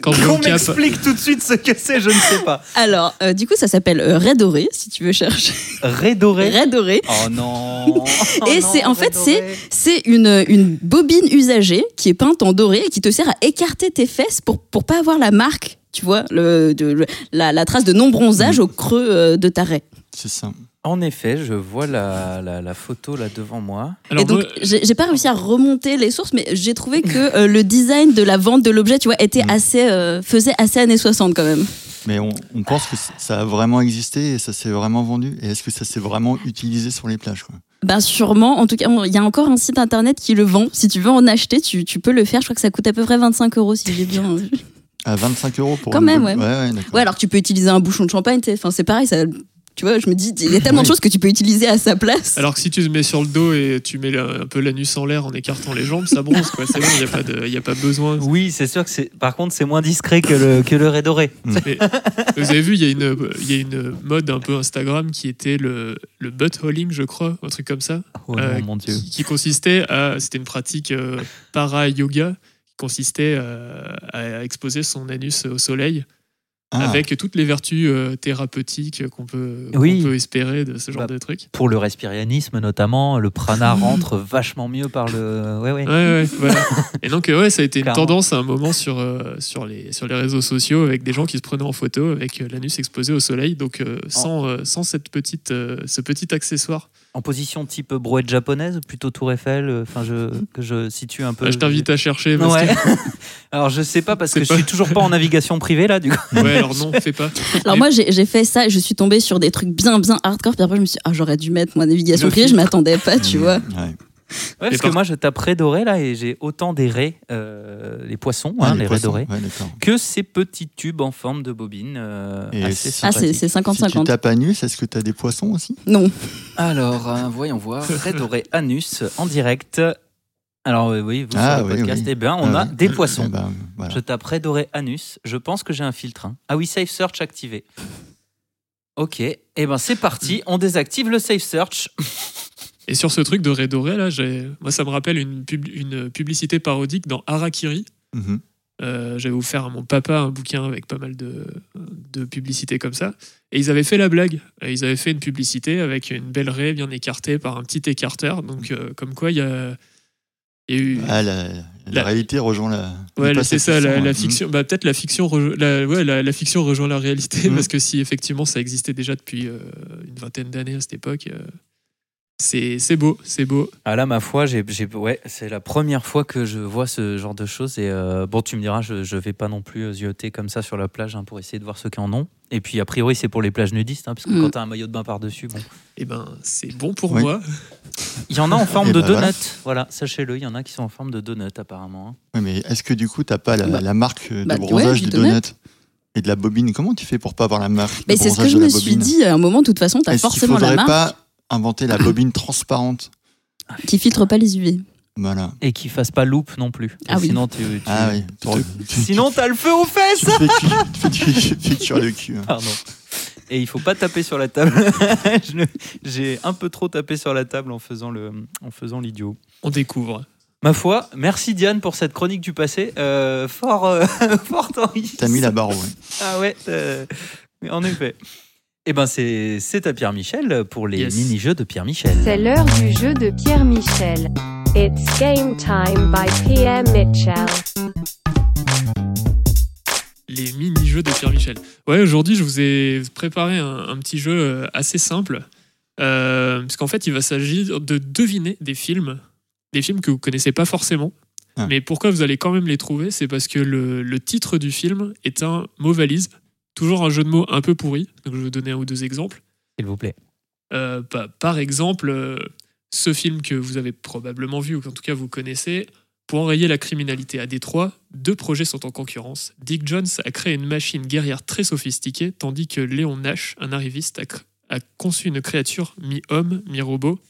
F: Quand je
E: Qu'on
F: me cape.
E: m'explique tout de suite ce que c'est, je ne sais pas.
G: Alors, euh, du coup, ça s'appelle euh, raie dorée, si tu veux chercher.
E: Raie dorée.
G: Raie dorée.
E: Oh non
G: Et
E: non,
G: c'est- en
E: raie
G: fait,
E: dorée.
G: C'est une, une bobine usagée qui est peinte en doré et qui te sert à écarter tes fesses pour, pour pas avoir la marque, tu vois, le, de- le- la, la trace de non-bronzage au creux euh, de ta raie.
H: C'est ça.
E: En effet, je vois la, la, la photo là devant moi.
F: Alors
G: et donc,
F: moi,
G: j'ai j'ai pas réussi à remonter les sources, mais j'ai trouvé que euh, le design de la vente de l'objet, tu vois, était
H: Mm.
G: assez, euh, faisait assez années 60 quand même.
H: Mais on, on pense que c- ça a vraiment existé et ça s'est vraiment vendu. Et est-ce que ça s'est vraiment utilisé sur les plages quoi
G: Ben sûrement, en tout cas, il y a encore un site internet qui le vend. Si tu veux en acheter, tu, tu peux le faire. Je crois que ça coûte à peu près 25 euros si j'ai bien.
H: À 25 euros pour
G: Quand
H: le-
G: même, ouais.
H: Ouais, d'accord.
G: Ouais, alors que tu peux utiliser un bouchon de champagne, tu sais. Enfin, c'est pareil, ça. Tu vois, je me dis, il y a tellement de
H: Oui.
G: choses que tu peux utiliser à sa place.
F: alors que si tu te mets sur le dos et tu mets la- un peu l'anus en l'air en écartant les jambes, ça bronze quoi. C'est bon, il n'y a, pas de- y a pas besoin.
E: Oui, c'est sûr que c'est. Par contre, c'est moins discret que le, que le raie dorée.
F: Vous avez vu, il y, a une- il y a une mode un peu Instagram qui était le, le butt hauling, je crois, un truc comme ça.
E: Oh
F: Euh,
E: non, mon dieu.
F: qui, qui consistait à. C'était une pratique euh, para-yoga qui consistait euh, à exposer son anus au soleil
H: Ah,
F: avec toutes les vertus euh, thérapeutiques qu'on peut, qu'on
E: Oui.
F: peut espérer de ce genre
E: Bah,
F: de truc.
E: Pour le respirianisme notamment, le prana rentre vachement mieux par le. Ouais, ouais.
F: Ouais, ouais, voilà. Et donc, euh, ouais, ça a été une
E: Clairement.
F: tendance à un moment sur, euh, sur, les, sur les réseaux sociaux avec des gens qui se prenaient en photo avec euh, l'anus exposé au soleil. Donc, euh,
E: Oh.
F: sans, euh, sans cette petite, euh, ce petit accessoire.
E: En position type brouette japonaise, plutôt Tour Eiffel. euh, Enfin, je, que je situe un peu.
F: Ah, je t'invite à chercher. parce
E: Ouais. Alors je sais pas parce que
F: C'est
E: je
F: pas-
E: suis toujours pas en navigation privée là du coup.
F: que- ouais, alors non, fais pas.
G: Alors
F: Et-
G: moi, j'ai j'ai fait ça, et je suis tombée sur des trucs bien, bien hardcore. Puis après, je me suis dit, ah, j'aurais dû mettre ma navigation
E: Le
G: privée, je m'attendais pas, tu
H: mm,
G: vois.
H: ouais.
E: Ouais, parce
F: par-
E: que moi je tape raies dorées là et j'ai autant des raies, euh, les poissons, hein,
H: Ah,
E: les, raies
H: poissons,
E: dorées,
H: ouais, d'accord.
E: que ces petits tubes en forme de bobine. euh,
H: Et
E: assez
H: si-
G: Ah, c'est
E: sympathiques.
G: c'est
H: Si tu
G: 50-50.
H: tapes anus, est-ce que tu as des poissons aussi
G: non.
E: Alors euh, voyons voir raies dorées anus en direct. Alors euh, oui, vous
H: Ah,
E: sur le
H: oui,
E: podcast,
H: oui.
E: eh ben, on
H: Ah,
E: a
H: ouais.
E: des poissons.
H: Eh ben, voilà.
E: Je tape raies dorées anus. Je pense que j'ai un filtre. hein. Ah oui, safe search activé. Ok, et ben c'est parti. On désactive le safe search.
F: Et sur ce truc de Ray Doré, là, j'ai- moi, ça me rappelle une, pub- une publicité parodique dans Harakiri.
H: Mhm.
F: Euh, J'avais offert à mon papa un bouquin avec pas mal de, de publicités comme ça. Et ils avaient fait la blague. Euh, Ils avaient fait une publicité avec une belle raie bien écartée par un petit écarteur. Donc, euh, comme quoi, il y a, il y a eu.
H: Ah, la, la
F: La-
H: réalité rejoint la.
F: Ouais,
H: dépasse
F: c'est ça, la, la
H: ouais.
F: fiction. Bah, peut-être la fiction, rejo- la, ouais, la, la fiction rejoint la réalité,
H: Mm.
F: parce que si effectivement ça existait déjà depuis euh, une vingtaine d'années à cette époque, euh, C'est c'est beau, c'est beau.
E: Ah là, ma foi, j'ai, j'ai- ouais, c'est la première fois que je vois ce genre de choses. Et euh, bon, tu me diras, je, je vais pas non plus euh, zioter comme ça sur la plage hein, pour essayer de voir ceux qui en ont. Et puis, a priori, c'est pour les plages nudistes, hein, parce que
G: Mm.
E: quand t'as un maillot de bain par-dessus, bon.
F: Eh ben, c'est bon pour
H: Oui.
F: moi.
E: Il y en a en forme
H: Eh
E: de
H: ben,
E: donut.
H: voilà.
E: Voilà, sachez-le, il y en a qui sont en forme de donut apparemment. hein.
H: Ouais, mais est-ce que du coup, t'as pas la,
G: Bah.
H: la marque euh, de
G: Bah,
H: bronzage
G: ouais,
H: du
G: du donut.
H: donut et de la bobine Comment tu fais pour pas avoir la marque
G: Mais
H: de
G: c'est ce que
H: bronzage
G: je
H: de
G: me
H: la
G: suis
H: bobine
G: dit. À un moment, de toute façon, t'as
H: Est-ce qu'il
G: forcément la
H: faudrait
G: marque
H: pas inventer la bobine transparente
G: qui filtre pas les UV.
H: Voilà.
E: Et qui fassent pas loupe non plus.
G: Ah
E: Et
G: oui.
E: Sinon, tu, tu-
H: Ah oui.
E: sinon t'as le feu aux
H: tu
E: fesses.
H: fais cu- tu fais cu- tu fais cuire le cul. hein.
E: Pardon. Et il faut pas taper sur la table. Je ne- J'ai un peu trop tapé sur la table en faisant le, en faisant l'idiot.
F: On découvre.
E: Ma foi, merci Diane pour cette chronique du passé. Euh, fort, euh, fort enrichissante.
H: T'as mis la barre, ouais.
E: Ah ouais, euh, mais en effet. Eh ben c'est c'est à Pierre Michel pour les
F: Yes.
E: mini-jeux de Pierre Michel.
I: C'est l'heure du jeu de Pierre Michel. It's game time by Pierre Michel.
F: Les mini-jeux de Pierre Michel. Ouais, aujourd'hui, je vous ai préparé un, un petit jeu euh, assez simple. Euh, parce qu'en fait, il va s'agir de deviner des films, des films que vous connaissez pas forcément.
H: Ah.
F: Mais pourquoi vous allez quand même les trouver C'est parce que le, le titre du film est un mot valise. Toujours un jeu de mots un peu pourri. Donc, je vais vous donner un ou deux exemples.
E: S'il vous plaît.
F: Euh, pa- par exemple, euh, ce film que vous avez probablement vu ou qu'en tout cas vous connaissez, pour enrayer la criminalité à Détroit, deux projets sont en concurrence. Dick Jones a créé une machine guerrière très sophistiquée, tandis que Léon Nash, un arriviste, a, cr- a conçu une créature mi-homme, mi-robot.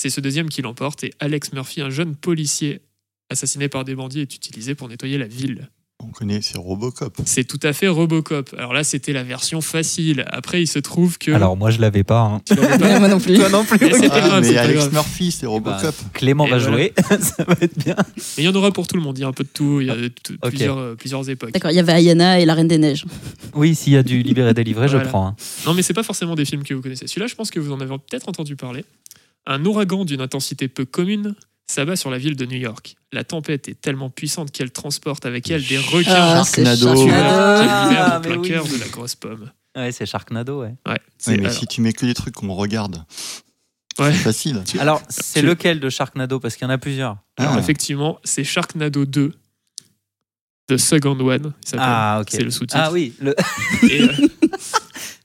F: C'est ce deuxième qui l'emporte et Alex Murphy, un jeune policier assassiné par des bandits, est utilisé pour nettoyer la ville.
H: On connaît, c'est Robocop.
F: C'est tout à fait Robocop. Alors là, c'était la version facile. Après, il se trouve que...
E: Alors moi je l'avais pas. hein.
F: Tu l'avais pas
G: Ouais, moi non plus.
E: Toi non plus.
F: Mais c'est pas
H: Ah,
F: grave, c'est
H: mais
F: pas
H: Alex
F: grave. Eh ben,
H: Murphy, c'est Robocop.
E: Clément
F: Et
E: va
F: voilà.
E: jouer, ça va être bien.
F: Mais il y en aura pour tout le monde, il y a un peu de tout, il y a de tout-
E: Ah, Ok.
F: plusieurs, euh, plusieurs époques.
G: D'accord, il y avait Ayana et la Reine des Neiges.
E: Oui, s'il y a du libéré délivré,
F: Voilà.
E: je prends. hein.
F: Non, mais c'est pas forcément des films que vous connaissez. Celui-là, je pense que vous en avez peut-être entendu parler. Un ouragan d'une intensité peu commune s'abat sur la ville de New York. La tempête est tellement puissante qu'elle transporte avec elle des requins
G: Ah,
F: tueurs
G: c'est
H: Sharknado.
F: qui
G: Sharknado.
E: Ah,
F: hivernent au plein
E: mais oui.
F: cœur de la grosse pomme.
E: Ouais, c'est Sharknado, ouais.
F: Ouais,
H: Oui,
F: c'est-
H: mais
F: alors,
H: si tu mets que des trucs qu'on regarde, c'est
F: ouais.
H: facile.
E: Alors, c'est
F: Tu-
E: lequel de Sharknado Parce qu'il y en a plusieurs.
F: Alors,
H: Ah.
F: effectivement, c'est Sharknado 2, The Second One, il s'appelle.
E: Ah, ok.
F: C'est le sous-titre.
E: Ah oui, le
F: Et, euh,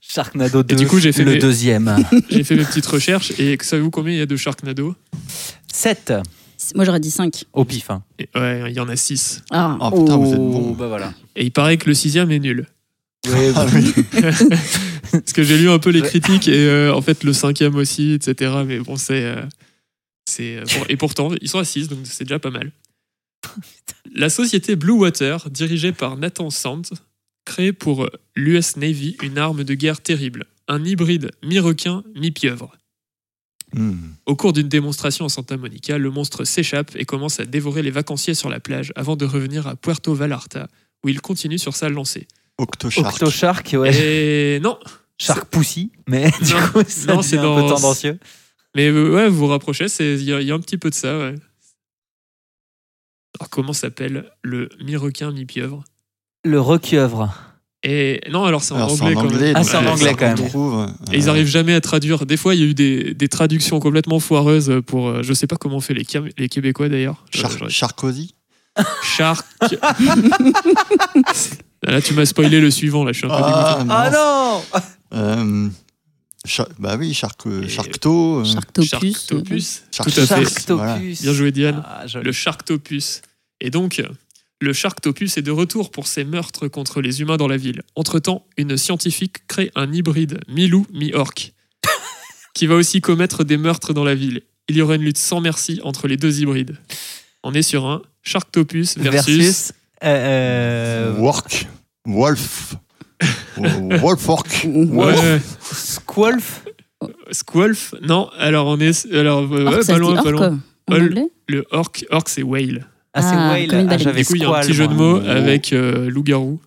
E: Sharknado 2.
F: du coup, j'ai fait
E: le
F: mes-
E: deuxième.
F: j'ai fait mes petites recherches et savez-vous combien il y a de Sharknado
E: 7
G: Moi j'aurais dit 5.
E: au pif. hein.
F: Et- Ouais, il y en a 6.
G: Ah,
H: Oh putain, vous êtes
E: Oh,
H: bon.
E: bah voilà.
F: Et il paraît que le sixième est nul.
H: Ah oui.
F: Parce que j'ai lu un peu les
E: Ouais.
F: critiques et euh, en fait le cinquième aussi, etc. Mais bon, c'est. euh, c'est, euh, bon, et pourtant, ils sont à 6, donc c'est déjà pas mal. La société Blue Water, dirigée par Nathan Sant, crée pour euh, l'US Navy une arme de guerre terrible, un hybride mi-requin, mi-pieuvre. Oh.
H: Hmm.
F: Au cours d'une démonstration à Santa Monica, le monstre s'échappe et commence à dévorer les vacanciers sur la plage avant de revenir à Puerto Vallarta, où il continue sur sa lancée.
H: Octoshark.
E: Octoshark, ouais.
F: Et non,
E: Shark Pussy, mais du
F: Non.
E: coup, ça
F: Non,
E: devient
F: c'est
E: un
F: dans-
E: peu tendancieux.
F: Mais euh, ouais, vous vous rapprochez, c'est- il y, a- il y a un petit peu de ça, ouais. Alors, comment s'appelle le mi-requin, mi-pieuvre
E: Le requièvre.
F: Et non, alors c'est en
H: Alors, c'est
F: anglais
H: en
F: quand même.
H: anglais.
E: Ah,
H: donc,
E: c'est en
H: euh,
E: anglais,
H: ça
E: quand même.
H: retrouve, euh,
F: Et ils arrivent jamais à traduire. Des fois, il y a eu des, des traductions complètement foireuses pour. euh, je sais pas comment on fait les, Cam- les Québécois d'ailleurs. Je-
H: Char-
F: je-
H: Charcozy
F: Shark. Ah, là, tu m'as spoilé le suivant, là, je suis un peu dégoûté.
E: Ah non
H: Euh, Cha- bah oui, Shark,
F: Et-
H: Sharkto. euh,
G: Sharktopus.
F: Sharktopus.
H: Shark-
F: Tout à fait.
E: Sharktopus.
H: Voilà.
F: Bien joué, Diane.
E: Ah, je-
F: le Sharktopus. Et donc, le Sharktopus est de retour pour ses meurtres contre les humains dans la ville. Entre-temps, une scientifique crée un hybride mi-loup, mi-orc, qui va aussi commettre des meurtres dans la ville. Il y aura une lutte sans merci entre les deux hybrides. On est sur un Sharktopus versus...
E: Versus. euh, euh,
H: Work. Wolf. Wolfork.
F: Ouais, ouais.
E: Squalf.
F: Squalf Non, alors on est... Alors, euh, ouais,
G: Orc, ça
F: pas
G: se dit
F: loin, pas
G: orc,
F: loin.
G: en
F: Ol-
G: anglais
F: Le orc, orc c'est whale.
E: Ah, c'est
G: Ah,
E: Whale.
G: comme une
E: Ah,
G: baleine.
E: j'avais
F: Du coup, il y a un
E: squal,
F: petit jeu de
E: moi.
F: mots avec euh, loup-garou.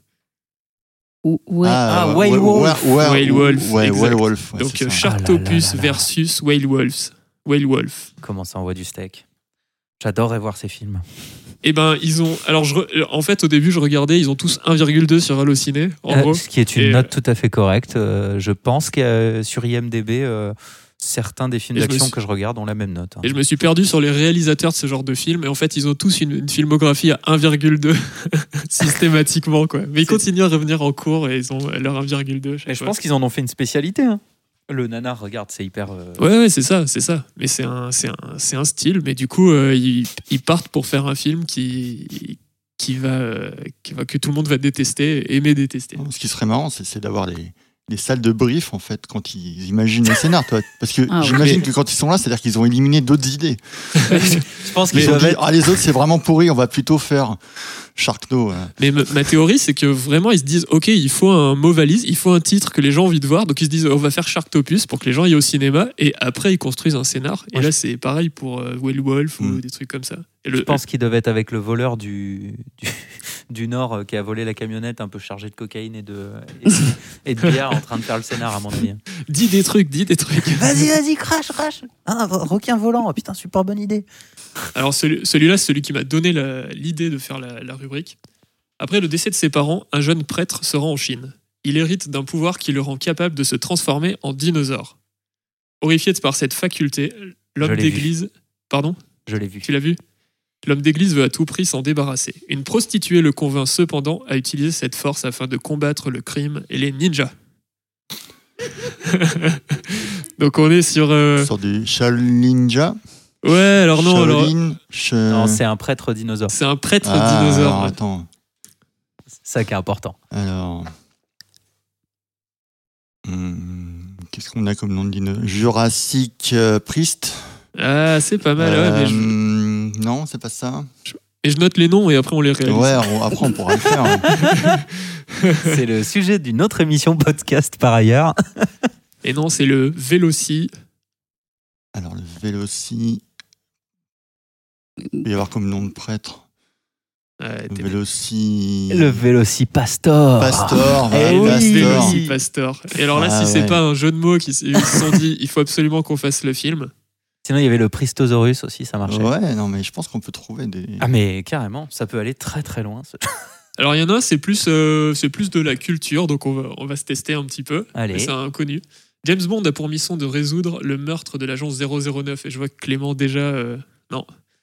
G: Ou- Ouais.
E: Ah, Whale Wolf.
F: Whale Wolf,
H: Ouais,
F: exact.
H: Whale Wolf. ouais,
F: Donc,
H: c'est
F: euh,
H: ça.
E: Ah là là
F: Sharktopus
E: là là.
F: versus Whale Wolves. Whale Wolf.
E: Comment ça envoie du steak J'adorerais voir ces films.
F: Eh ben, ils ont. Alors, je re- en fait, au début, je regardais, ils ont tous 1,2 sur Allociné, en
E: Euh,
F: gros.
E: ce qui est
F: Et,
E: une
F: euh,
E: note tout à fait correcte. Euh, je pense que euh, sur IMDB, euh, certains des films
F: Et je me
E: d'action
F: suis-
E: que je regarde ont la même note. hein.
F: Et je me suis perdu sur les réalisateurs de ce genre de films. Et en fait, ils ont tous une, une filmographie à 1,2 systématiquement. quoi. Mais ils continuent à revenir en cours et ils ont leur 1,2. à chaque
E: Mais je
F: fois.
E: pense qu'ils en ont fait une spécialité. hein. Le nanar, regarde, c'est hyper. euh,
F: Ouais, ouais, c'est ça, c'est ça. Mais c'est un, c'est un, c'est un style. Mais du coup, euh, ils, ils partent pour faire un film qui, qui, va, euh, qui va, que tout le monde va détester, aimer détester.
H: Ce qui serait marrant, c'est c'est d'avoir des, des salles de brief, en fait, quand ils imaginent le scénar. toi. Parce que
G: Ah ouais.
H: j'imagine
F: Mais-
H: que quand ils sont là, c'est-à-dire qu'ils ont éliminé d'autres idées.
E: Je pense
H: Ils
E: qu'ils
H: ont
E: doivent
H: dit,
E: être.
H: ah, les autres, c'est vraiment pourri, on va plutôt faire Sharkno. euh.
F: Mais me- ma théorie, c'est que vraiment, ils se disent, OK, il faut un mot valise, il faut un titre que les gens ont envie de voir. Donc ils se disent, on va faire Sharktopus pour que les gens aillent au cinéma. Et après, ils construisent un scénar. Et
E: Ouais,
F: là, c'est pareil pour euh, Will Wolf ou
H: Mm.
F: des trucs comme ça. Et
E: Je
F: le,
E: pense qu'ils doivent être avec le voleur du, du, du Nord euh, qui a volé la camionnette un peu chargée de cocaïne et de, et, et de bière en train de faire le scénar, à mon avis. hein.
F: euh, Dis des trucs, dis des trucs.
E: Vas-y, vas-y, crash, crash Un requin volant, oh putain, super bonne idée
F: Alors celui- celui-là, c'est celui qui m'a donné la- l'idée de faire la, la rubrique. Après le décès de ses parents, un jeune prêtre se rend en Chine. Il hérite d'un pouvoir qui le rend capable de se transformer en dinosaure. Horrifié par cette faculté,
E: Je
F: l'homme
E: l'ai vu.
F: d'église... Pardon
E: Je l'ai vu.
F: Tu l'as vu L'homme d'église veut à tout prix s'en débarrasser. Une prostituée le convainc cependant à utiliser cette force afin de combattre le crime et les ninjas. Donc on est sur... euh,
H: Sur du Shaolinja.
F: Ouais, alors non, alors...
H: Shaolin, Sh-
E: Non, c'est un prêtre dinosaure.
F: C'est un prêtre
H: Ah, alors,
F: dinosaure.
H: attends.
E: C'est ça qui est important.
H: Alors. Hum, Qu'est-ce qu'on a comme nom de dinosaure Jurassic euh, Priest
F: Ah, c'est pas mal, ouais, mais je,
H: Hum, Non, c'est pas ça.
F: et je note les noms et après on les réalise.
H: Ouais, on- après on pourra le faire.
E: C'est le sujet d'une autre émission podcast par ailleurs.
F: Et non, c'est le Véloci.
H: Alors le Véloci. Il va y avoir comme nom de prêtre.
F: Ouais,
H: Le
F: t'es-
H: Véloci.
E: Le vélocipastor.
H: Pastor. voilà,
E: Eh oui.
H: Pastor.
E: Véloci.
F: Véloci Pastor. Et alors là,
H: Ah,
F: si c'est
H: ouais.
F: pas un jeu de mots qu'ils ils se sont dit, il faut absolument qu'on fasse le film.
E: Sinon, il y avait le Pristosaurus aussi, ça marchait.
H: Ouais, non, mais je pense qu'on peut trouver des.
E: Ah, mais carrément, ça peut aller très très loin. ce-
F: Alors il y en a un, c'est plus, euh, c'est plus de la culture, donc on va, on va se tester un petit peu.
E: Allez.
F: Mais C'est un inconnu. James Bond a pour mission de résoudre le meurtre de l'agent 009. Et je vois que Clément déjà, euh,